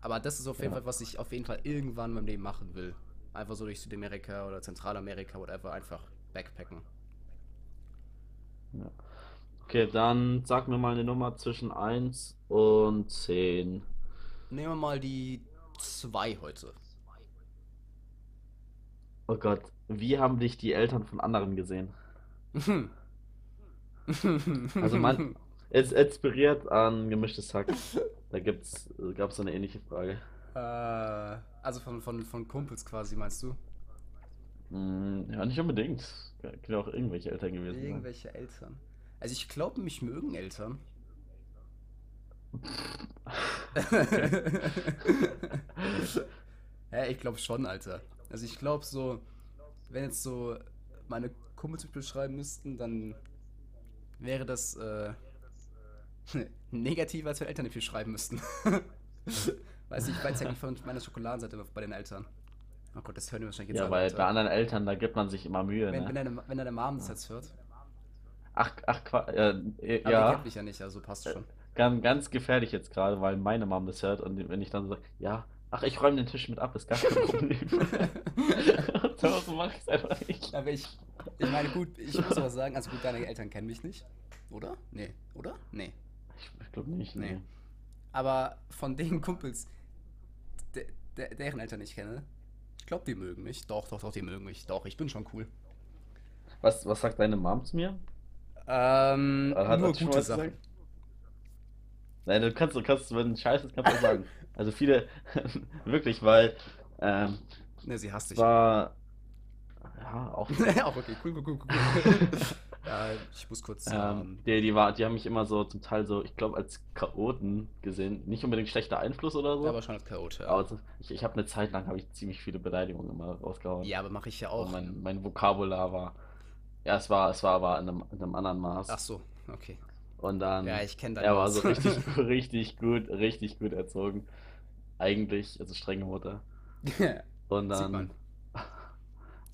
Aber das ist auf jeden
Ja.
Fall, was ich auf jeden Fall irgendwann in meinem Leben machen will. Einfach so durch Südamerika oder Zentralamerika oder einfach einfach backpacken.
Ja. Okay, dann sag mir mal eine Nummer zwischen 1 und 10.
Nehmen wir mal die zwei heute.
Oh Gott, wie haben dich die Eltern von anderen gesehen? Also man, es inspiriert an gemischtes Hack. Da gibt's, gab's so eine ähnliche Frage.
äh, also von, von, von Kumpels quasi, meinst du?
Hm, ja, nicht unbedingt. Können ja auch irgendwelche Eltern gewesen sein.
Irgendwelche Eltern. Also ich glaube, mich mögen Eltern.
Okay.
Ja, ich glaube schon, Alter. Also ich glaube so, wenn jetzt so meine Kumpels mich beschreiben müssten, dann wäre das äh, negativer, als wenn Eltern nicht viel schreiben müssten. Weiß nicht, ich weiß ja nicht von meiner Schokoladenseite bei den Eltern. Oh Gott, das hören die wahrscheinlich jetzt
Ja,
alle,
weil bei
Alter.
anderen Eltern, da gibt man sich immer Mühe,
Wenn, wenn,
ne?
deine, wenn deine Mom das
Ja.
jetzt hört.
Ach, ach, Qua- äh, äh,
Aber die kennt
ja,
mich ja nicht, also passt schon.
ganz, ganz gefährlich jetzt gerade, weil meine Mom das hört und wenn ich dann sage, ja, ach, ich räume den Tisch mit ab, ist gar kein Problem. So, so mache ich es einfach nicht.
Aber ich, ich meine, gut, ich muss aber sagen, also gut, deine Eltern kennen mich nicht. Oder? Nee. Oder? Nee.
Ich, ich glaube nicht,
Nee.
nee.
Aber von den Kumpels, de, de, deren Eltern ich kenne, ich glaube, die mögen mich. Doch, doch, doch, die mögen mich. Doch, ich bin schon cool.
Was, was sagt deine Mom zu mir?
Ähm,
Äh, Hat, hat
nur
sie schon
gute
was gesagt?
Sachen.
Nein, du kannst, du kannst, wenn Scheiße ist, kannst du auch sagen. Also viele, wirklich, weil ähm,
Ne, sie hasst
es
dich.
war ja auch nicht.
Auch okay, cool, cool, cool, cool, cool. Ja, ich muss kurz,
Ähm,
ähm,
die, die war, die haben mich immer so zum Teil so, ich glaube, als Chaoten gesehen. Nicht unbedingt schlechter Einfluss oder so,
aber schon als Chaot, ja.
aber so, ich, ich habe eine Zeit lang habe ich ziemlich viele Beleidigungen immer rausgehauen.
Ja, aber mache ich ja
Und
auch.
Oh mein, mein Vokabular war, ja, es war, es war aber in einem, in einem anderen
Ach
Maß.
so, okay.
Und
Ja,
dann,
ich kenne dein
er war so
Maß.
richtig, richtig gut, richtig gut erzogen. Eigentlich, also strenge Mutter. Und
Sieht man.
dann,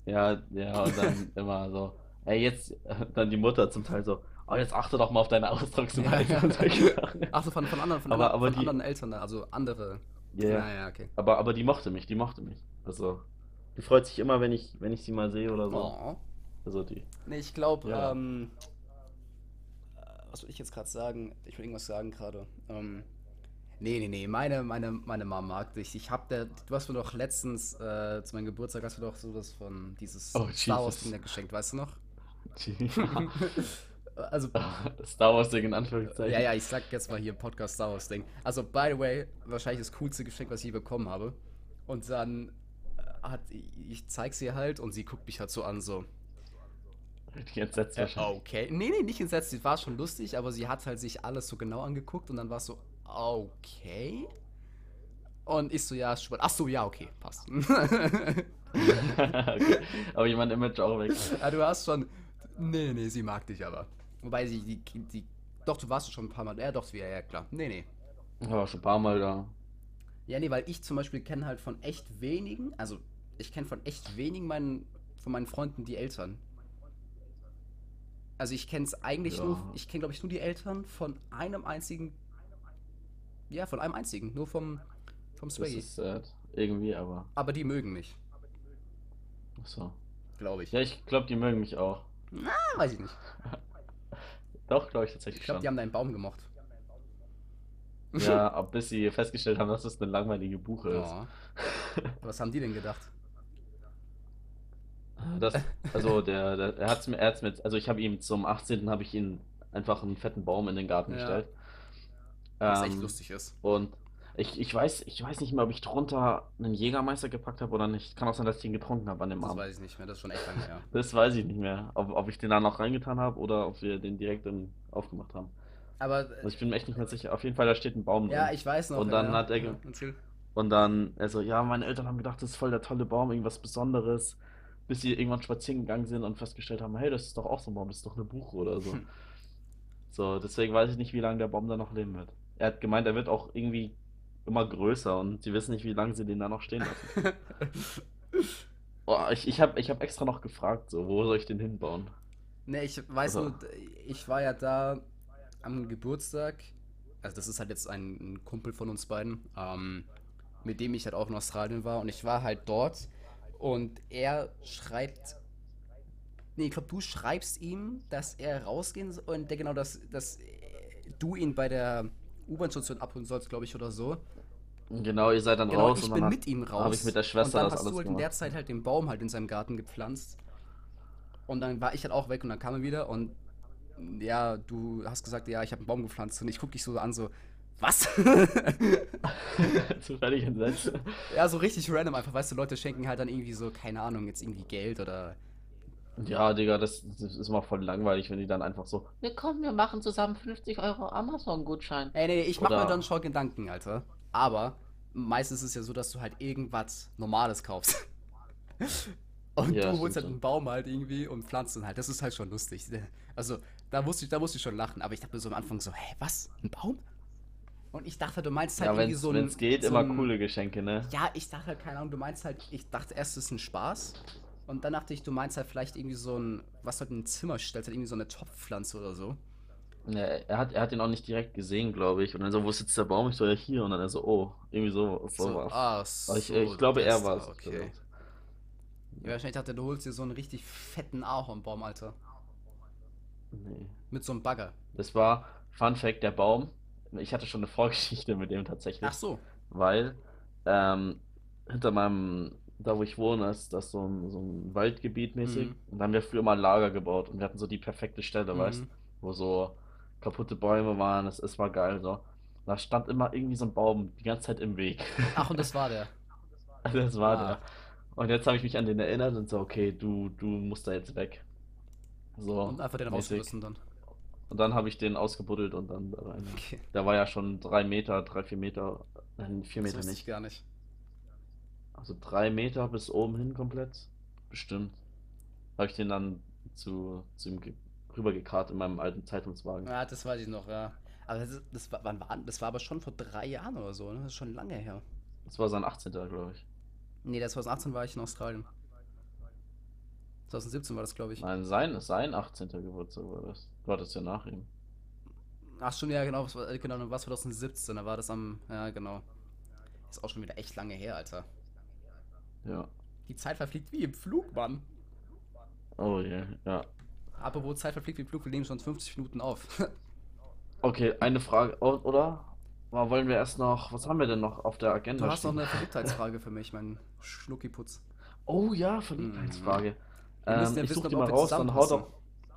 ja, ja, und dann immer so, ey, jetzt, dann die Mutter zum Teil so, oh, jetzt achte doch mal auf deine
Ja,
Ausdrucksweise
ja.
und solche Sachen.
Ach so, von, von anderen, von,
Aber,
ander,
aber
von
die,
anderen Eltern, da, also andere.
ja, ja,
Naja, okay.
aber, aber die mochte mich, die mochte mich. Also, die freut sich immer, wenn ich, wenn ich sie mal sehe oder so.
Oh.
Also die,
Nee, ich glaube,
ja, ja.
ähm, äh, was will ich jetzt gerade sagen? Ich will irgendwas sagen gerade. Ähm, nee, nee, nee, meine, meine, meine Mom mag dich. Ich hab der, du hast mir doch letztens, äh, zu meinem Geburtstag hast du doch so das von dieses
Oh,
Star Wars Ding da
Jesus.
geschenkt, weißt du noch?
Ja.
Also,
Star Wars Ding in
ja,
Anführungszeichen.
ja, ich sag jetzt mal hier Podcast Star Wars Ding. Also, by the way, wahrscheinlich das coolste Geschenk, was ich je bekommen habe. Und dann äh, hat, ich zeig's ihr halt und sie guckt mich halt so an, so.
Die entsetzt
Äh,
wahrscheinlich.
okay. Nee, nee, nicht entsetzt. Sie war schon lustig, aber sie hat halt sich alles so genau angeguckt und dann war es so, okay. Und ich so, ja, ist spannend. Ach so, ja, okay, passt.
Okay. Aber jemand Image auch weg.
ja, du hast schon. Nee, nee, sie mag dich aber. Wobei sie, die, die. Doch, du warst schon ein paar Mal. Ja, doch, ja, ja, klar. Nee, nee.
Ich war schon ein paar Mal da.
Ja, nee, weil ich zum Beispiel kenne halt von echt wenigen, also ich kenne von echt wenigen meinen, von meinen Freunden die Eltern. Also ich kenne es eigentlich nur,
Ja.
ich kenne glaube ich nur die Eltern von einem einzigen, ja, von einem einzigen, nur vom, vom
Das
Swaggy.
ist sad. Irgendwie, aber.
Aber die mögen mich,
Ach so.
glaube ich.
Ja, ich glaube, die mögen mich auch.
Ah, weiß ich nicht.
Doch, glaube ich tatsächlich
Ich glaube, die
schon.
haben deinen Baum gemocht.
Ja, ab bis sie festgestellt haben, dass es eine langweilige Buche ist.
Oh. Was haben die denn gedacht?
Das, also der, der er hat's mir, er hat's mir, also ich habe ihm zum 18. habe ich ihn einfach einen fetten Baum in den Garten
Ja.
gestellt.
Was echt
Ähm,
lustig ist.
Und ich, ich weiß, ich weiß nicht mehr, ob ich drunter einen Jägermeister gepackt habe oder nicht. Kann auch sein, dass ich ihn getrunken habe an dem
Das
Abend.
weiß ich nicht mehr, das ist schon echt lange her.
Das weiß ich nicht mehr, ob, ob ich den da noch reingetan habe oder ob wir den direkt dann aufgemacht haben.
Aber äh,
Also ich bin mir echt nicht mehr sicher. Auf jeden Fall, da steht ein Baum
ja,
drin.
ich weiß noch.
Und dann
ja,
hat er
ja,
ge-
erzähl.
Und dann, also ja, meine Eltern haben gedacht, das ist voll der tolle Baum, irgendwas Besonderes, bis sie irgendwann spazieren gegangen sind und festgestellt haben, hey, das ist doch auch so ein Baum, das ist doch eine Buche oder so.
Hm.
So, deswegen weiß ich nicht, wie lange der Baum da noch leben wird. Er hat gemeint, er wird auch irgendwie immer größer und sie wissen nicht, wie lange sie den da noch stehen lassen. Oh, ich ich habe ich hab extra noch gefragt, so, wo soll ich den hinbauen?
Ne, ich weiß
Also-
nur, d- ich war ja da am Geburtstag. Also, das ist halt jetzt ein, ein Kumpel von uns beiden, ähm, mit dem ich halt auch in Australien war. Und ich war halt dort und er schreibt. Nee, ich glaube, du schreibst ihm, dass er rausgehen soll. Und der genau, dass, dass äh, du ihn bei der U-Bahn-Station abholen sollst, glaube ich, oder so.
Genau, ihr seid dann
Genau,
raus
ich
und
bin
dann
mit ihm raus.
habe ich mit der Schwester
und dann
das
hast du
alles
halt in der
gemacht.
Zeit halt den Baum halt in seinem Garten gepflanzt. Und dann war ich halt auch weg und dann kam er wieder und ja, du hast gesagt, ja, ich habe einen Baum gepflanzt und ich guck dich so an, so, was?
Zufällig entsetzt.
ja, so richtig random einfach, weißt du, Leute schenken halt dann irgendwie so, keine Ahnung, jetzt irgendwie Geld oder.
Ja, Digga, das, das ist immer voll langweilig, wenn die dann einfach so,
Wir kommen, wir machen zusammen 50 Euro Amazon-Gutschein.
Ey, nee, ich mach mir
Oder-
dann schon Gedanken, Alter. Aber meistens ist es ja so, dass du halt irgendwas Normales kaufst. Und
Ja,
du
stimmt
holst halt
schon.
einen Baum halt irgendwie und pflanzt ihn halt. Das ist halt schon lustig. Also, da musste ich, da musste ich schon lachen. Aber ich dachte mir so am Anfang so, hä, was? Ein Baum? Und ich dachte, du meinst halt
ja,
irgendwie
wenn's,
so ein.
wenn's geht,
so
immer
ein-
coole Geschenke, ne?
Ja, ich dachte halt, keine Ahnung, du meinst halt, ich dachte erst, es ist ein Spaß. Und dann dachte ich, du meinst halt vielleicht irgendwie so ein, was du halt in ein Zimmer stellst, halt irgendwie so eine Topfpflanze oder so.
Ja, er hat, er hat ihn auch nicht direkt gesehen, glaube ich. Und dann so, wo sitzt der Baum? Ich so, ja, hier. Und dann er so, oh, irgendwie so, so
So,
war's.
ah,
Aber ich,
so,
ich glaube, er genau.
das da,
war's.
Okay.
gesagt.
Ja, wahrscheinlich dachte, du holst dir so einen richtig fetten Ahornbaum, Alter.
Nee.
Mit so einem Bagger.
Das war, Fun Fact, der Baum. Ich hatte schon eine Vorgeschichte mit dem tatsächlich,
Ach so.
weil ähm, hinter meinem, da wo ich wohne, ist das so ein, so ein Waldgebiet mäßig.
Mhm.
Und da haben wir früher mal ein Lager gebaut und wir hatten so die perfekte Stelle, weißt
Mhm.
wo so kaputte Bäume waren. Es, es war geil so. Da stand immer irgendwie so ein Baum die ganze Zeit im Weg.
Ach, und das war der.
Also das war
Ah.
der. Und jetzt habe ich mich an den erinnert und so, okay, du, du musst da jetzt weg. So,
Und einfach den
mäßig.
rausgerissen dann.
Und dann habe ich den ausgebuddelt und dann da rein.
Okay.
Der war ja schon drei Meter, drei, vier Meter, nein, vier
Das
Meter
wusste ich
nicht.
gar nicht.
Also drei Meter bis oben hin komplett. Bestimmt. Habe ich den dann zu, zu ihm ge- rübergekarrt in meinem alten Zeitungswagen.
Ja, das weiß ich noch, ja. Aber das, ist- das, war, wann war, das war aber schon vor drei Jahren oder so, ne? Das ist schon lange her.
Das war sein 18. glaube ich.
Nee, 2018 war ich in Australien. 2017 war das, glaube ich.
Nein, sein, sein 18. Geburtstag war das. Du hattest ja nach ihm.
Ach schon, ja, genau, das war- äh, genau, dann war es 2017, da war das am, ja, genau. Ist auch schon wieder echt lange her, Alter.
Ja.
Die Zeit verfliegt wie im Flug, Mann.
Oh je, ja.
Apropos Zeit verfliegt wie im Flug, wir nehmen schon 50 Minuten auf.
Okay, eine Frage, o- oder? Mal Wollen wir erst noch, was haben wir denn noch auf der
Du
Agenda
hast noch
stehen?
eine Verliebtheitsfrage für mich, mein Schnuckiputz.
Oh ja, Verliebtheitsfrage.
Mhm. Wir müssen
Ähm,
ja
ich
wissen,
such
ob
die mal
wir
raus, dann hau
zusammenpassen.
doch,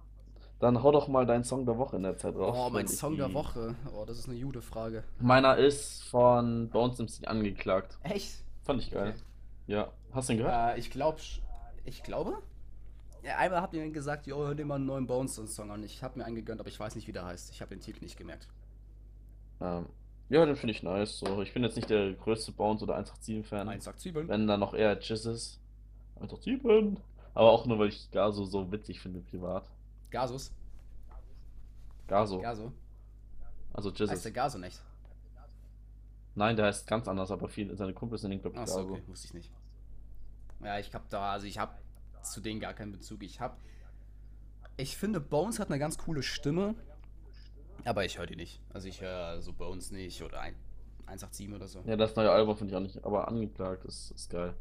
dann hau doch mal deinen Song der Woche in der Zeit raus,
Oh, mein
wenn ich
Song der
die-
Woche. Oh, das ist eine jude Frage.
Meiner ist von Bones MC angeklagt.
Echt?
Fand ich geil.
Okay.
Ja. Hast du ihn gehört?
Äh, ich glaube, ich glaube? Ja, einmal habt ihr mir gesagt, yo, hör dir mal einen neuen Bones-Song an. Ich hab mir einen gegönnt, aber ich weiß nicht, wie der heißt. Ich habe den Titel nicht gemerkt.
Ähm, ja, den finde ich nice. So, ich bin jetzt nicht der größte Bones oder 187-Fan.
Eins sagt Zwiebeln.
Wenn dann noch eher Jizzes. Einfach Typen. Aber auch nur, weil ich Gaso so witzig finde, privat.
Gasus.
Gaso.
Gaso.
Also
Heißt der
Jizzes.
Gaso nicht?
Nein, der heißt ganz anders, aber viele, seine Kumpels nennen ihn, glaube ich,
Achso,
Gaso.
okay, wusste ich nicht. Ja, ich hab da, also ich hab zu denen gar keinen Bezug. Ich hab. Ich finde, Bones hat eine ganz coole Stimme, aber ich höre die nicht. Also ich höre so Bones nicht oder ein, 187 oder so.
Ja, das neue Album finde ich auch nicht, aber angeklagt ist, ist geil.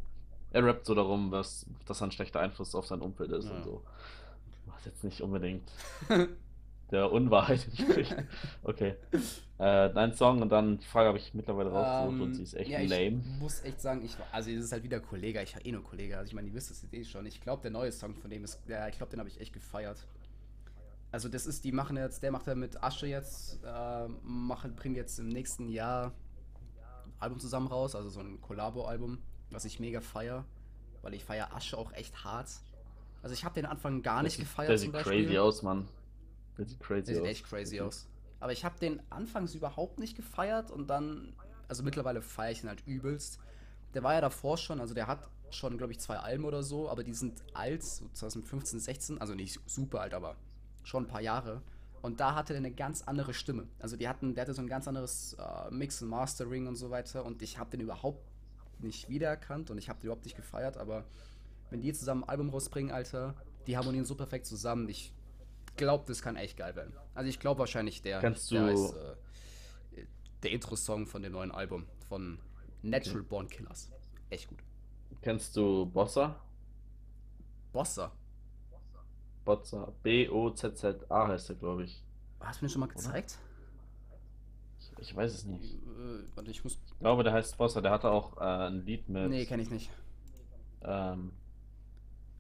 Er rappt so darum, dass, dass er ein schlechter Einfluss auf sein Umfeld ist
Ja.
und so. Was jetzt nicht unbedingt. der Unwahrheit entspricht. Okay. Äh, dein Song und dann die Frage habe ich mittlerweile rausgesucht und
Ähm,
sie ist echt
ja, ich
lame.
muss echt sagen, ich, also es ist halt wieder Kollega, ich war eh nur Kollega, also ich meine, ihr wisst das jetzt eh schon. Ich glaube, der neue Song von dem ist, ja, ich glaube, den habe ich echt gefeiert. Also das ist, die machen jetzt, der macht ja mit Asche jetzt, äh, machen, bringen jetzt im nächsten Jahr ein Album zusammen raus, also so ein Kollabo-Album, was ich mega feier, weil ich feier Asche auch echt hart. Also ich habe den Anfang gar nicht
Der sieht-
gefeiert
Der
zum
sieht
Beispiel.
crazy aus, Mann. Der sieht
Der
crazy
sieht
aus.
echt crazy aus. Aber ich habe den anfangs überhaupt nicht gefeiert und dann, also mittlerweile feiere ich ihn halt übelst. Der war ja davor schon, also der hat schon, glaube ich, zwei Alben oder so, aber die sind alt, so 2015, 16, also nicht super alt, aber schon ein paar Jahre. Und da hatte der eine ganz andere Stimme. Also die hatten, der hatte so ein ganz anderes äh, Mix und Mastering und so weiter und ich habe den überhaupt nicht wiedererkannt und ich habe den überhaupt nicht gefeiert, aber wenn die zusammen ein Album rausbringen, Alter, die harmonieren so perfekt zusammen. Ich glaube, das kann echt geil werden. Also ich glaube wahrscheinlich der,
Kannst
der
du-
ist äh, der Intro-Song von dem neuen Album von Natural Born Killers. Echt gut.
Kennst du Bossa?
Bossa.
Bozza. B-O-Z-Z-A heißt er, glaube ich.
Hast du mir den schon mal gezeigt?
ich. Ich weiß es nicht.
Äh, warte, ich muss.
Ich glaube, der heißt Bossa. Der hatte auch äh, ein Lied mit.
Nee, kenne ich nicht.
Ähm,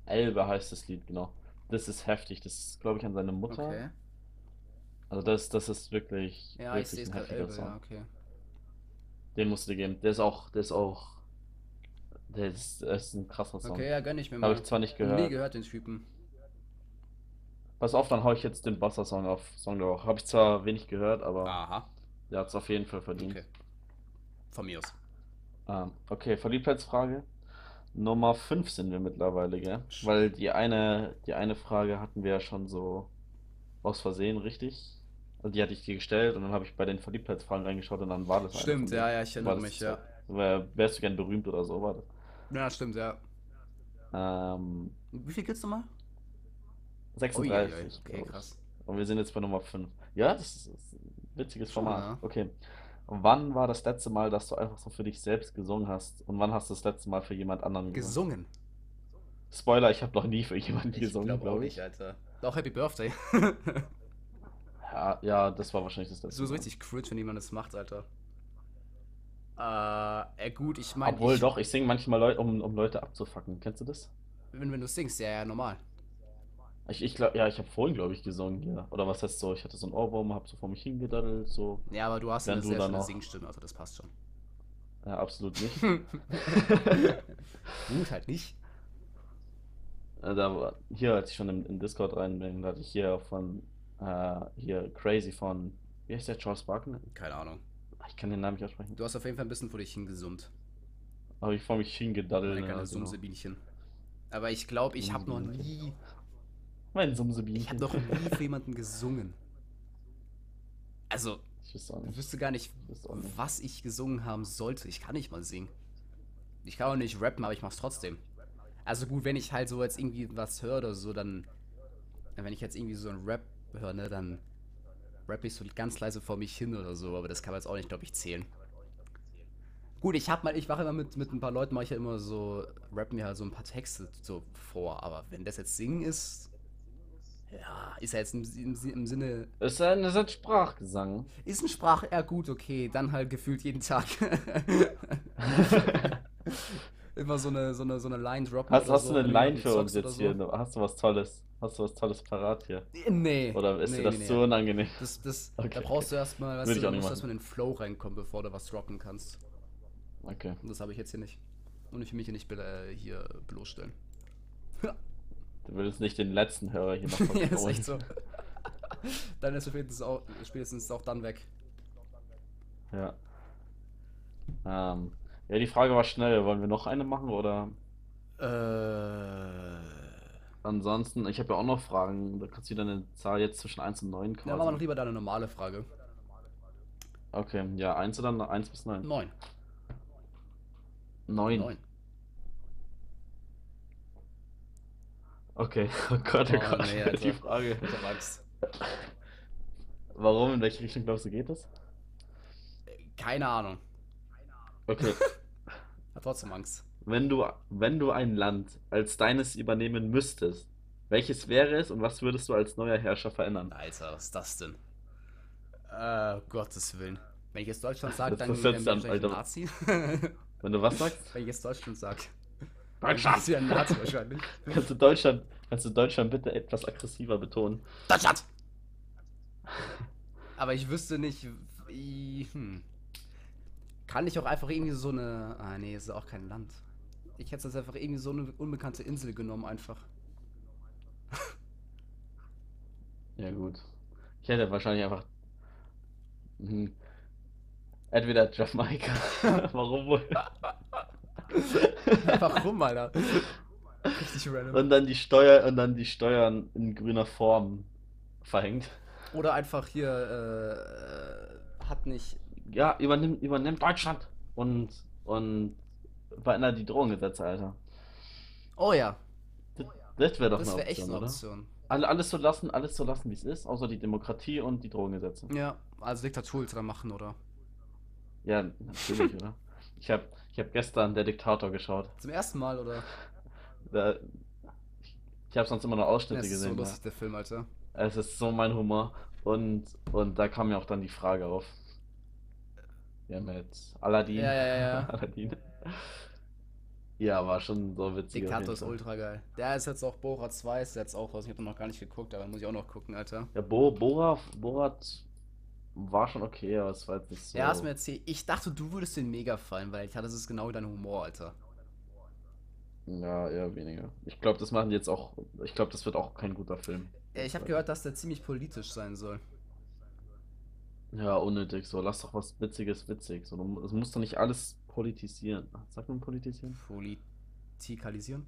Elbe heißt das Lied, genau. Das ist heftig. Das ist, glaube ich, an seine Mutter.
Okay.
Also das, das ist wirklich,
Ja, ich
wirklich
sehe es
ein
gerade.
heftiger
Elbe,
Song.
ja, okay.
Den musst du dir geben. Der ist auch, der ist auch, der ist, der ist ein krasser Song.
Okay, ja, gönn ich mir
Habe
mal.
ich zwar nicht
Nie
gehört.
gehört den Typen.
Pass auf, dann hau ich jetzt den Bossa-Song auf. Song der Woche. Habe ich zwar wenig gehört, aber
Aha.
der hat es auf jeden Fall verdient.
Ah. Okay. Von mir aus.
Ähm, okay, Verliebtheitsfrage. Nummer 5 sind wir mittlerweile, gell? Weil die eine, die eine Frage hatten wir ja schon so aus Versehen, richtig? Also die hatte ich dir gestellt und dann habe ich bei den Verliebtheitsfragen reingeschaut und dann war das eine
Stimmt,
von
ja,
denen.
ja, ich
War
erinnere
das
mich,
die
ja.
zweite? Wär- Wärst du gern berühmt oder so, war das?
Ja, stimmt, ja.
Ähm,
Wie viel gibt's nochmal? Ui, ui, ui.
36,
Okay,
glaub ich.
krass.
Und wir sind jetzt bei Nummer 5. Ja, das ist das ist ein witziges
Schon,
Format.
ja.
Okay. Wann war das letzte Mal, dass du einfach so für dich selbst gesungen hast? Und wann hast du das letzte Mal für jemand anderen gesungen?
Gesungen.
Spoiler, ich habe noch nie für jemanden
Ich
gesungen,
glaube auch
glaube
nicht,
ich.
Alter. Doch, Happy Birthday.
Ja, ja, das war wahrscheinlich das
Das
letzte
ist so
Mal.
richtig cringe, wenn jemand das macht, Alter. Äh, äh gut, ich meine,
Obwohl
ich,
doch, ich singe manchmal Leute, um, um Leute abzufacken. Kennst du das?
wenn, wenn du singst, ja, ja, normal.
Ich, ich glaube, ja, ich habe vorhin, glaube ich, gesungen, ja. Oder was heißt so? Ich hatte so einen Ohrwurm, habe so vor mich hingedaddelt, so.
Ja, aber du hast ja
Dann
eine
du
sehr
dann
schöne
noch.
Singstimme, also das passt schon.
Ja, absolut nicht.
Gut, halt nicht.
Äh, Da war, hier, als ich schon im, im Discord rein bin, da hatte ich hier von, äh, hier Crazy von, wie heißt der, Charles Barkley?
Keine Ahnung.
Ich kann den Namen nicht aussprechen.
Du hast auf jeden Fall ein bisschen vor dich hingesummt.
Habe ich vor mich hingedaddelt,
Ein
ja,
kleines
genau.
Sumsebienchen. Aber ich glaube, ich habe noch
Sumsebienchen.
nie,
Mein
ich habe
Sumsebienchen.
noch nie für jemanden gesungen. Also,
Ich wüsste auch
ich
nicht.
wüsste gar nicht,
Ich wüsste auch nicht.
was ich gesungen haben sollte. Ich kann nicht mal singen. Ich kann auch nicht rappen, aber ich mach's trotzdem. Also gut, wenn ich halt so jetzt irgendwie was höre oder so, dann. Wenn ich jetzt irgendwie so einen Rap höre, ne, dann rappe ich so ganz leise vor mich hin oder so, aber das kann man jetzt auch nicht, glaube ich, zählen. Gut, ich hab mal, ich mache immer mit, mit ein paar Leuten, mache ich ja immer so, rappen mir halt so ein paar Texte so vor, aber wenn das jetzt singen ist, ja, ist ja jetzt im, im, im Sinne
Es ist ein, es ist ein Sprachgesang.
ist ein Sprach eher gut, okay, dann halt gefühlt jeden Tag. Immer so eine, so eine, so eine Line droppen.
Hast,
oder
hast
so,
du eine
wenn jemand
Line für uns
zockst oder
jetzt hier? Hast du was Tolles? Hast du was Tolles parat hier?
So? Nee.
Oder ist
nee,
dir das
nee,
zu
nee.
unangenehm?
Das, das, Da
Okay.
brauchst du erstmal, weißt du,
Würde ich auch
du
nicht
musst erstmal
machen.
in den Flow reinkommen, bevor du was droppen kannst.
Okay.
Und das habe ich jetzt hier nicht. Und ich will mich hier nicht bel- äh, hier bloßstellen.
Du willst nicht den letzten Hörer hier noch
ja, ist
vergrauen.
echt so. dann ist er spätestens auch, spätestens auch dann weg.
Ja. Ähm, ja, die Frage war schnell. Wollen wir noch eine machen oder?
Äh.
Ansonsten, ich habe ja auch noch Fragen. Da kannst du wieder eine Zahl jetzt zwischen 1 und 9
Dann machen wir noch
quasi.
lieber deine normale Frage.
Okay, ja, 1 oder 1 bis 9?
Neun.
9.
Neun.
Okay, oh Gott, oh
Oh,
Gott,
nee,
die
Alter.
Frage.
Ich hab Angst.
Warum, in welche Richtung glaubst du geht das?
Keine Ahnung.
Okay.
Hab trotzdem Angst.
Wenn du, wenn du ein Land als deines übernehmen müsstest, Welches wäre es und was würdest du als neuer Herrscher verändern?
Alter, was ist das denn? Äh, um Gottes Willen. Wenn ich jetzt Deutschland sage,
Das
dann
ist
ähm,
jetzt
bin ich
dann,
ein
Alter.
Nazi.
Wenn du was sagst?
Wenn ich jetzt Deutschland sage,
Deutschland!
ist wieder ein Nazi wahrscheinlich.
Kannst du Deutschland, kannst du Deutschland bitte etwas aggressiver betonen?
Deutschland! Aber ich wüsste nicht, wie. Hm. Kann ich auch einfach irgendwie so eine. Ah, nee, es ist auch kein Land. Ich hätte jetzt einfach irgendwie so eine unbekannte Insel genommen, einfach.
Ja, gut. Ich hätte wahrscheinlich einfach. Hm. Entweder Jamaika. Warum wohl?
Warum, Alter? Richtig random.
Und dann die Steuer und dann die Steuern in grüner Form verhängt.
Oder einfach hier. Äh, äh, hat nicht.
Ja, übernimmt, übernimmt Deutschland und, und verändert die Drogengesetze, Alter.
Oh ja,
Das, das wäre doch
das
eine
wäre echt
Option,
eine
oder?
Option.
Alle, alles so lassen, alles so lassen, wie es ist, außer die Demokratie und die Drogengesetze.
Ja, also Diktatur ultra machen, oder?
Ja, natürlich, oder? Ich habe ich hab gestern Der Diktator geschaut.
Zum ersten Mal, oder?
Da, ich habe sonst immer nur
Ja,
Ausschnitte
es ist so
gesehen.
lustig, der Film, Alter.
ja. Es ist so mein Humor. Und, und da kam mir auch dann die Frage auf. Ja, mit Aladdin.
Ja, ja, ja, ja.
Aladdin. Ja, war schon so witzig auf
Diktator ist
jeden Fall.
ultra geil. Der ist jetzt auch Borat 2, ist jetzt auch raus. Ich habe noch gar nicht geguckt, aber muss ich auch noch gucken, Alter.
Ja, Bo Borat, Borat war schon okay, aber es war jetzt nicht
Ja, hast
so.
mir erzählt. Ich dachte, du würdest den mega fallen, weil ich hatte, das ist genau dein Humor, Alter.
Ja, eher weniger. Ich glaube, das machen die jetzt auch. Ich glaube, das wird auch kein guter Film.
Äh, Ich habe gehört, dass der ziemlich politisch sein soll.
Ja, unnötig. So, lass doch was Witziges witzig. So, du- es muss doch nicht alles politisieren. Sagt man politisieren?
Politikalisieren?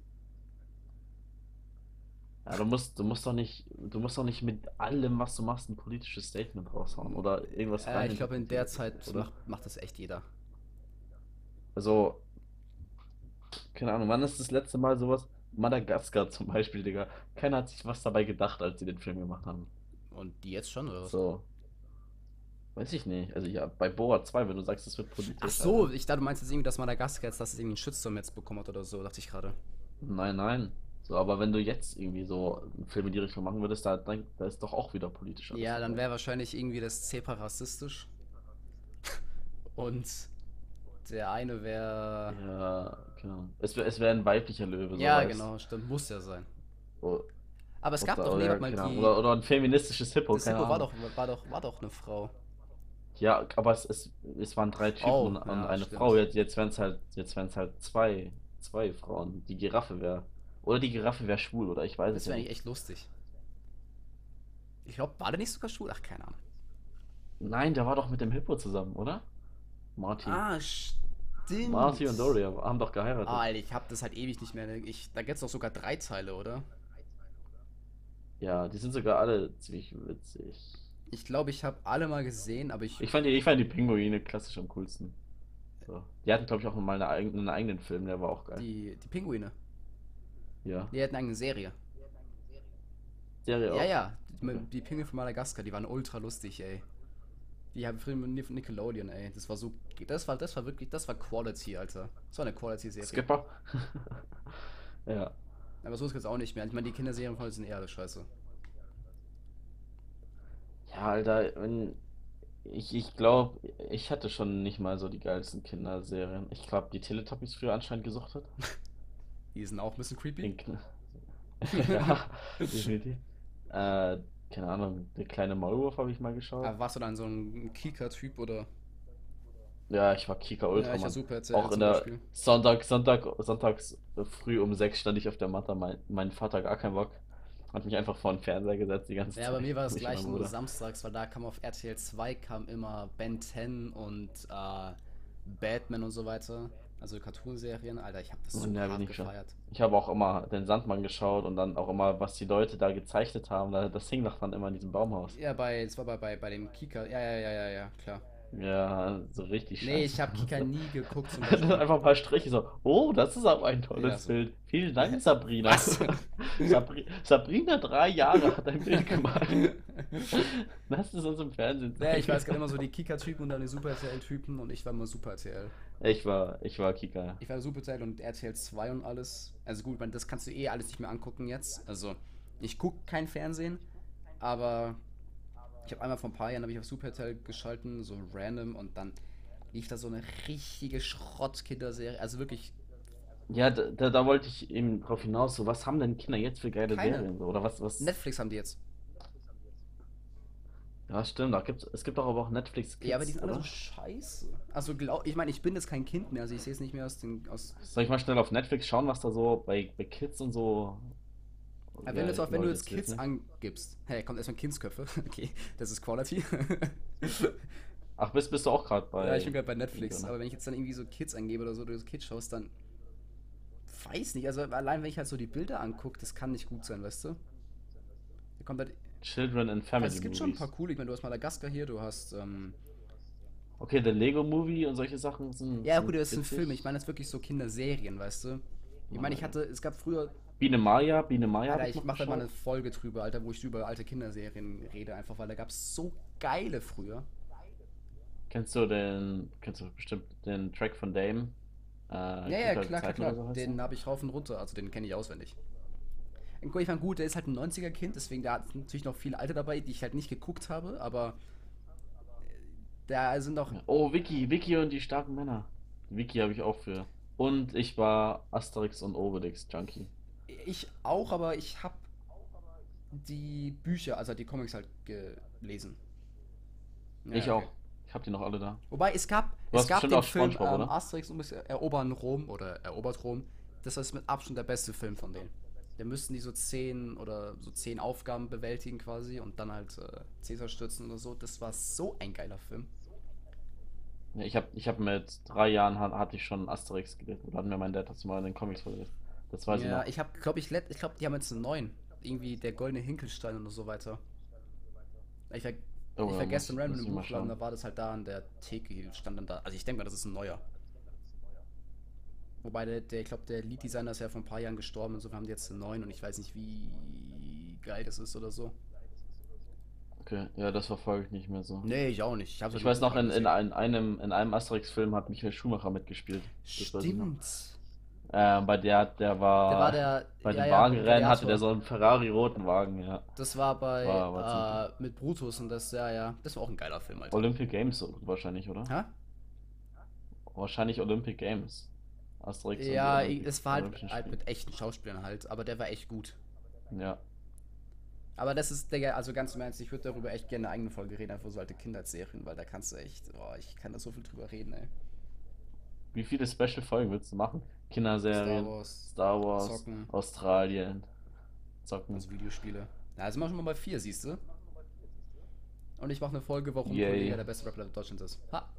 Ja, du musst, du musst doch nicht, du musst doch nicht mit allem, was du machst, ein politisches Statement raushauen oder irgendwas
Äh, ich glaube, in der Zeit
oder?
macht, macht das echt jeder.
Also, keine Ahnung, wann ist das letzte Mal sowas? Madagaskar zum Beispiel, Digga. Keiner hat sich was dabei gedacht, als sie den Film gemacht haben.
Und die jetzt schon, oder was?
So. Weiß ich nicht. Also ja, bei Borat 2, wenn du sagst, es wird politisch.
Ach so, ich dachte, du meinst jetzt irgendwie, dass Madagaskar jetzt, dass es irgendwie einen Shitstorm jetzt bekommen hat oder so, dachte ich gerade.
Nein, nein. So, aber wenn du jetzt irgendwie so einen Film in die Richtung machen würdest, da, dann, da ist doch auch wieder politisch alles
Ja, dann
dabei.
wäre wahrscheinlich irgendwie das Zebra rassistisch. Und der eine wäre.
Ja, genau. Es wäre es wär ein weiblicher Löwe, so
Ja,
weißt.
genau, stimmt, muss ja sein.
O-
Aber es gab
oder,
doch
Oh, oder,
niemand mal
keine Ahnung,
die.
oder, oder ein feministisches Hippo,
das
keine
Hippo war
Ahnung.
doch, war, doch, war doch eine Frau.
Ja, aber es, es, es waren drei Typen
Oh,
und, und
ja,
eine
stimmt.
Frau. Jetzt, jetzt wären es halt, jetzt wären's halt zwei, zwei Frauen. Die Giraffe wäre. Oder die Giraffe wäre schwul, oder ich weiß
Das
es ja
wäre
nicht.
eigentlich echt lustig. Ich glaube, war der nicht sogar schwul? Ach, keine Ahnung.
Nein, der war doch mit dem Hippo zusammen, oder? Marty.
Ah, stimmt.
Marty Hm. und Doria haben doch geheiratet.
Ah, Alter, ich hab das halt ewig nicht mehr. Ich, da gibt's doch sogar drei Teile, oder?
Ja, die sind sogar alle ziemlich witzig.
Ich glaube, ich habe alle mal gesehen, aber ich.
Ich fand die, ich fand die Pinguine klassisch am coolsten. So. Die hatten, glaube ich, auch mal eine eigene, einen eigenen Film, der war auch geil.
Die, die Pinguine.
Ja.
Die hatten eine Serie.
Serie
Ja,
auch.
ja. Die,
Okay.
die Pinguine von Madagaskar, die waren ultra lustig, ey. Die haben Filme von Nickelodeon, ey. Das war so. Das war, das war wirklich, das war Quality, Alter. Das war eine Quality-Serie.
Skipper. ja.
Aber so ist es auch nicht mehr. Ich meine, die Kinderserien von heute sind eher alle scheiße.
Ja, Alter, wenn, ich, ich glaube, ich hatte schon nicht mal so die geilsten Kinderserien. Ich glaube, die Teletubbies früher anscheinend gesuchtet.
Die sind auch ein bisschen creepy.
Den Kn- ne? Ja, definitiv. Äh, keine Ahnung, der kleine Maulwurf habe ich mal geschaut.
Aber warst du dann so ein Kika-Typ oder?
Ja, ich war Kika
Ja, ich war
Ultraman.
super
Auch in
zum
der-
Beispiel.
Sonntag, Sonntag, sonntags äh, früh um sechs stand ich auf der Matte, mein, mein Vater gar keinen Bock, hat mich einfach vor den Fernseher gesetzt die ganze
Ja, bei
Zeit,
mir war das
mich und mein
gleich nur
Bruder.
samstags, weil da kam auf RTL 2 kam immer Ben 10 und äh, Batman und so weiter. Also Cartoonserien. Alter, ich habe das
Oh,
so
ne, hab ich
hart
nicht geschaut.
gefeiert.
Ich habe auch immer den Sandmann geschaut und dann auch immer, was die Leute da gezeichnet haben, da- das hing doch dann immer in diesem Baumhaus.
Ja, bei, das war bei, bei, bei dem Kika. Ja, ja, ja, ja, ja, klar.
Ja, so richtig
Nee, ich
scheiße. Also,
habe Kika nie geguckt zum
Das sind
Beispiel.
einfach ein paar Striche so. Oh, das ist aber ein tolles
Ja, so.
Bild. Vielen Dank, Sabrina.
Was?
Sabri Sabrina, drei Jahre, hat ein Bild gemacht. Lass es uns im Fernsehen
Nee, ich weiß
zeigen.
genau. gerade immer so die Kika-Typen und dann die Super RTL-Typen und ich war immer Super RTL.
Ich war, ich war Kika.
Ich war Supercell und RTL 2 und alles. Also gut, man, das kannst du eh alles nicht mehr angucken jetzt. Also Ich gucke kein Fernsehen, aber ich habe einmal vor ein paar Jahren habe ich auf Superhotel geschalten, so random, und dann lief da so eine richtige Schrottkinderserie. Also wirklich
Ja, da, da, da wollte ich eben drauf hinaus, so was haben denn Kinder jetzt für geile
Keine.
Serien? So, oder was, was?
Netflix haben die jetzt.
Ja, stimmt, da gibt's, es gibt doch aber auch Netflix
Ja, aber die
Kids,
sind alle so
oder?
scheiße. Also glaub, ich meine, ich bin jetzt kein Kind mehr, also ich sehe es nicht mehr aus den aus.
Soll ich mal schnell auf Netflix schauen, was da so bei, bei Kids und so.
Aber wenn
Ja,
du jetzt, auch, wenn du
Leute,
jetzt
das wird,
Kids
ne?
angibst, hey, kommt erstmal Kindsköpfe. Okay, das ist Quality.
Ach, bist, bist du auch gerade
ja, ich bin
bei.
gerade bei Netflix,
ne?
aber wenn ich jetzt dann irgendwie so Kids angebe oder so, du Kids schaust, dann weiß nicht. Also allein wenn ich halt so die Bilder angucke, das kann nicht gut sein, weißt du? Da kommt halt,
Children and Family
also es gibt schon ein
Movies.
paar coole. Ich meine, du hast Madagaskar hier, du hast ähm,
Okay, der Lego Movie und solche Sachen sind.
ja
sind
gut, das sind
witzig.
Filme. Ich meine, das ist wirklich so Kinderserien, weißt du? Ich meine, ich hatte, es gab früher
Biene Maya, Biene Maya
Alter,
hab ich
ich
noch
mach da mal eine
geschaut.
Folge drüber, Alter, wo ich über alte Kinderserien rede, einfach weil da gab's so geile früher.
Kennst du den, kennst du bestimmt den Track von Dame? Äh,
ja, ja,
Gute
klar,
alte
klar,
Zeiten
klar.
oder so heißt
Den
der?
habe ich rauf und runter, also den kenne ich auswendig. Und guck, Ich meine, gut, der ist halt ein 90er-Kind, deswegen da sind natürlich noch viele alte dabei, die ich halt nicht geguckt habe, aber äh, da sind auch.
Oh, Vicky, Vicky und die starken Männer. Vicky habe ich auch für. Und ich war Asterix und Obelix Junkie.
Ich auch, aber ich habe die Bücher, also die Comics halt gelesen. Ja,
Ich
ja,
auch.
okay.
Ich habe die noch alle da.
Wobei es gab,
Du
es
hast
gab
bestimmt
den
auch
Film
SpongeBob,
ähm,
oder?
Asterix und Obelix erobern Rom oder erobert Rom. Das ist mit Abstand der beste Film von denen. Da müssten die so zehn oder so zehn Aufgaben bewältigen quasi und dann halt äh, Caesar stürzen oder so. Das war so ein geiler Film.
Ja, Ich habe ich hab mit drei Jahren hat, hatte ich schon Asterix gelesen. Oder hat mir mein Dad das mal in den Comics vorgelesen. Das weiß ich
ja,
noch.
ich habe, glaube ich, let, ich glaube, die haben jetzt einen neuen. Irgendwie der goldene Hinkelstein und so weiter. Ich, ver
Oh,
ich
ja,
vergesse den
muss-
Random
muss
im
ich mal
Buchladen,
schauen.
da war das halt da an der Theke, stand dann da. Also ich denke mal, das ist ein neuer. Wobei der, der ich glaube, der Lead-Designer ist ja vor ein paar Jahren gestorben, insofern haben die jetzt einen neuen und ich weiß nicht, wie geil das ist oder so.
Okay, ja, das verfolge ich nicht mehr so.
Nee, ich auch nicht. Ich, hab's halt
Ich
nur
weiß noch, in,
gesehen.
in, ein, einem, in einem Asterix-Film hat Michael Schumacher mitgespielt. Das weiß ich noch.
Stimmt.
Ähm, bei der, der war,
Der war der.
bei dem
ja, ja,
Wagenrennen hatte
Gladiator.
der so einen Ferrari-roten Wagen, ja.
Das war bei.
War- war
äh, mit Brutus und das, ja, ja. Das war auch ein geiler Film, Alter.
Olympic Games so wahrscheinlich, oder?
Hä?
Wahrscheinlich Olympic Games. Asterix und die
Ja,
Olympi-
es war halt,
Olympischen
halt
Spiele.
mit echten Schauspielern halt, aber der war echt gut.
Ja.
Aber das ist, Digga, also ganz im Ernst, ich würde darüber echt gerne eine eigene Folge reden, einfach so alte Kindheitsserien, weil da kannst du echt, boah, ich kann da so viel drüber reden, ey.
Wie viele Special-Folgen willst du machen?
Star
Kinderserien,
Wars,
Star Wars,
Zocken.
Australien, Zocken.
also Videospiele. Na, sind wir schon mal bei vier, siehst du? Und ich mache eine Folge, warum
Yay.
Kollega der beste Rapper Deutschlands ist. Ha!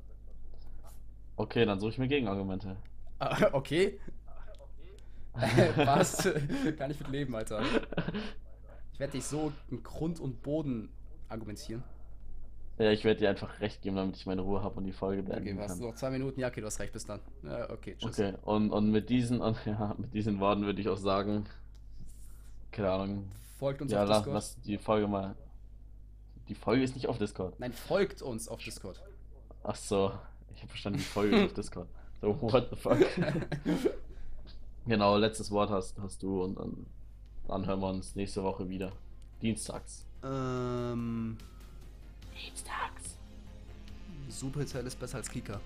Okay, dann suche ich mir Gegenargumente.
Ah, okay. Was? kann ich mit leben, Alter. Ich werde dich so in Grund und Boden argumentieren.
Ja, ich werde dir einfach recht geben, damit ich meine Ruhe habe und die Folge
Okay,
beenden
was?
kann.
Noch zwei Minuten? Ja, okay, du hast recht, bis dann. Ja, okay, tschüss.
Okay, und, und mit diesen und ja, mit diesen Worten würde ich auch sagen, keine Ahnung.
Folgt uns
Ja,
auf
la-
Discord.
lass die Folge mal. Die Folge ist nicht auf Discord.
Nein, folgt uns auf Discord.
Ach so, ich habe verstanden, die Folge ist auf Discord. So, what the fuck? Genau, letztes Wort hast, hast du und dann, dann hören wir uns nächste Woche wieder. Dienstags.
ähm,
Dienstags.
Supercell ist besser als Kika.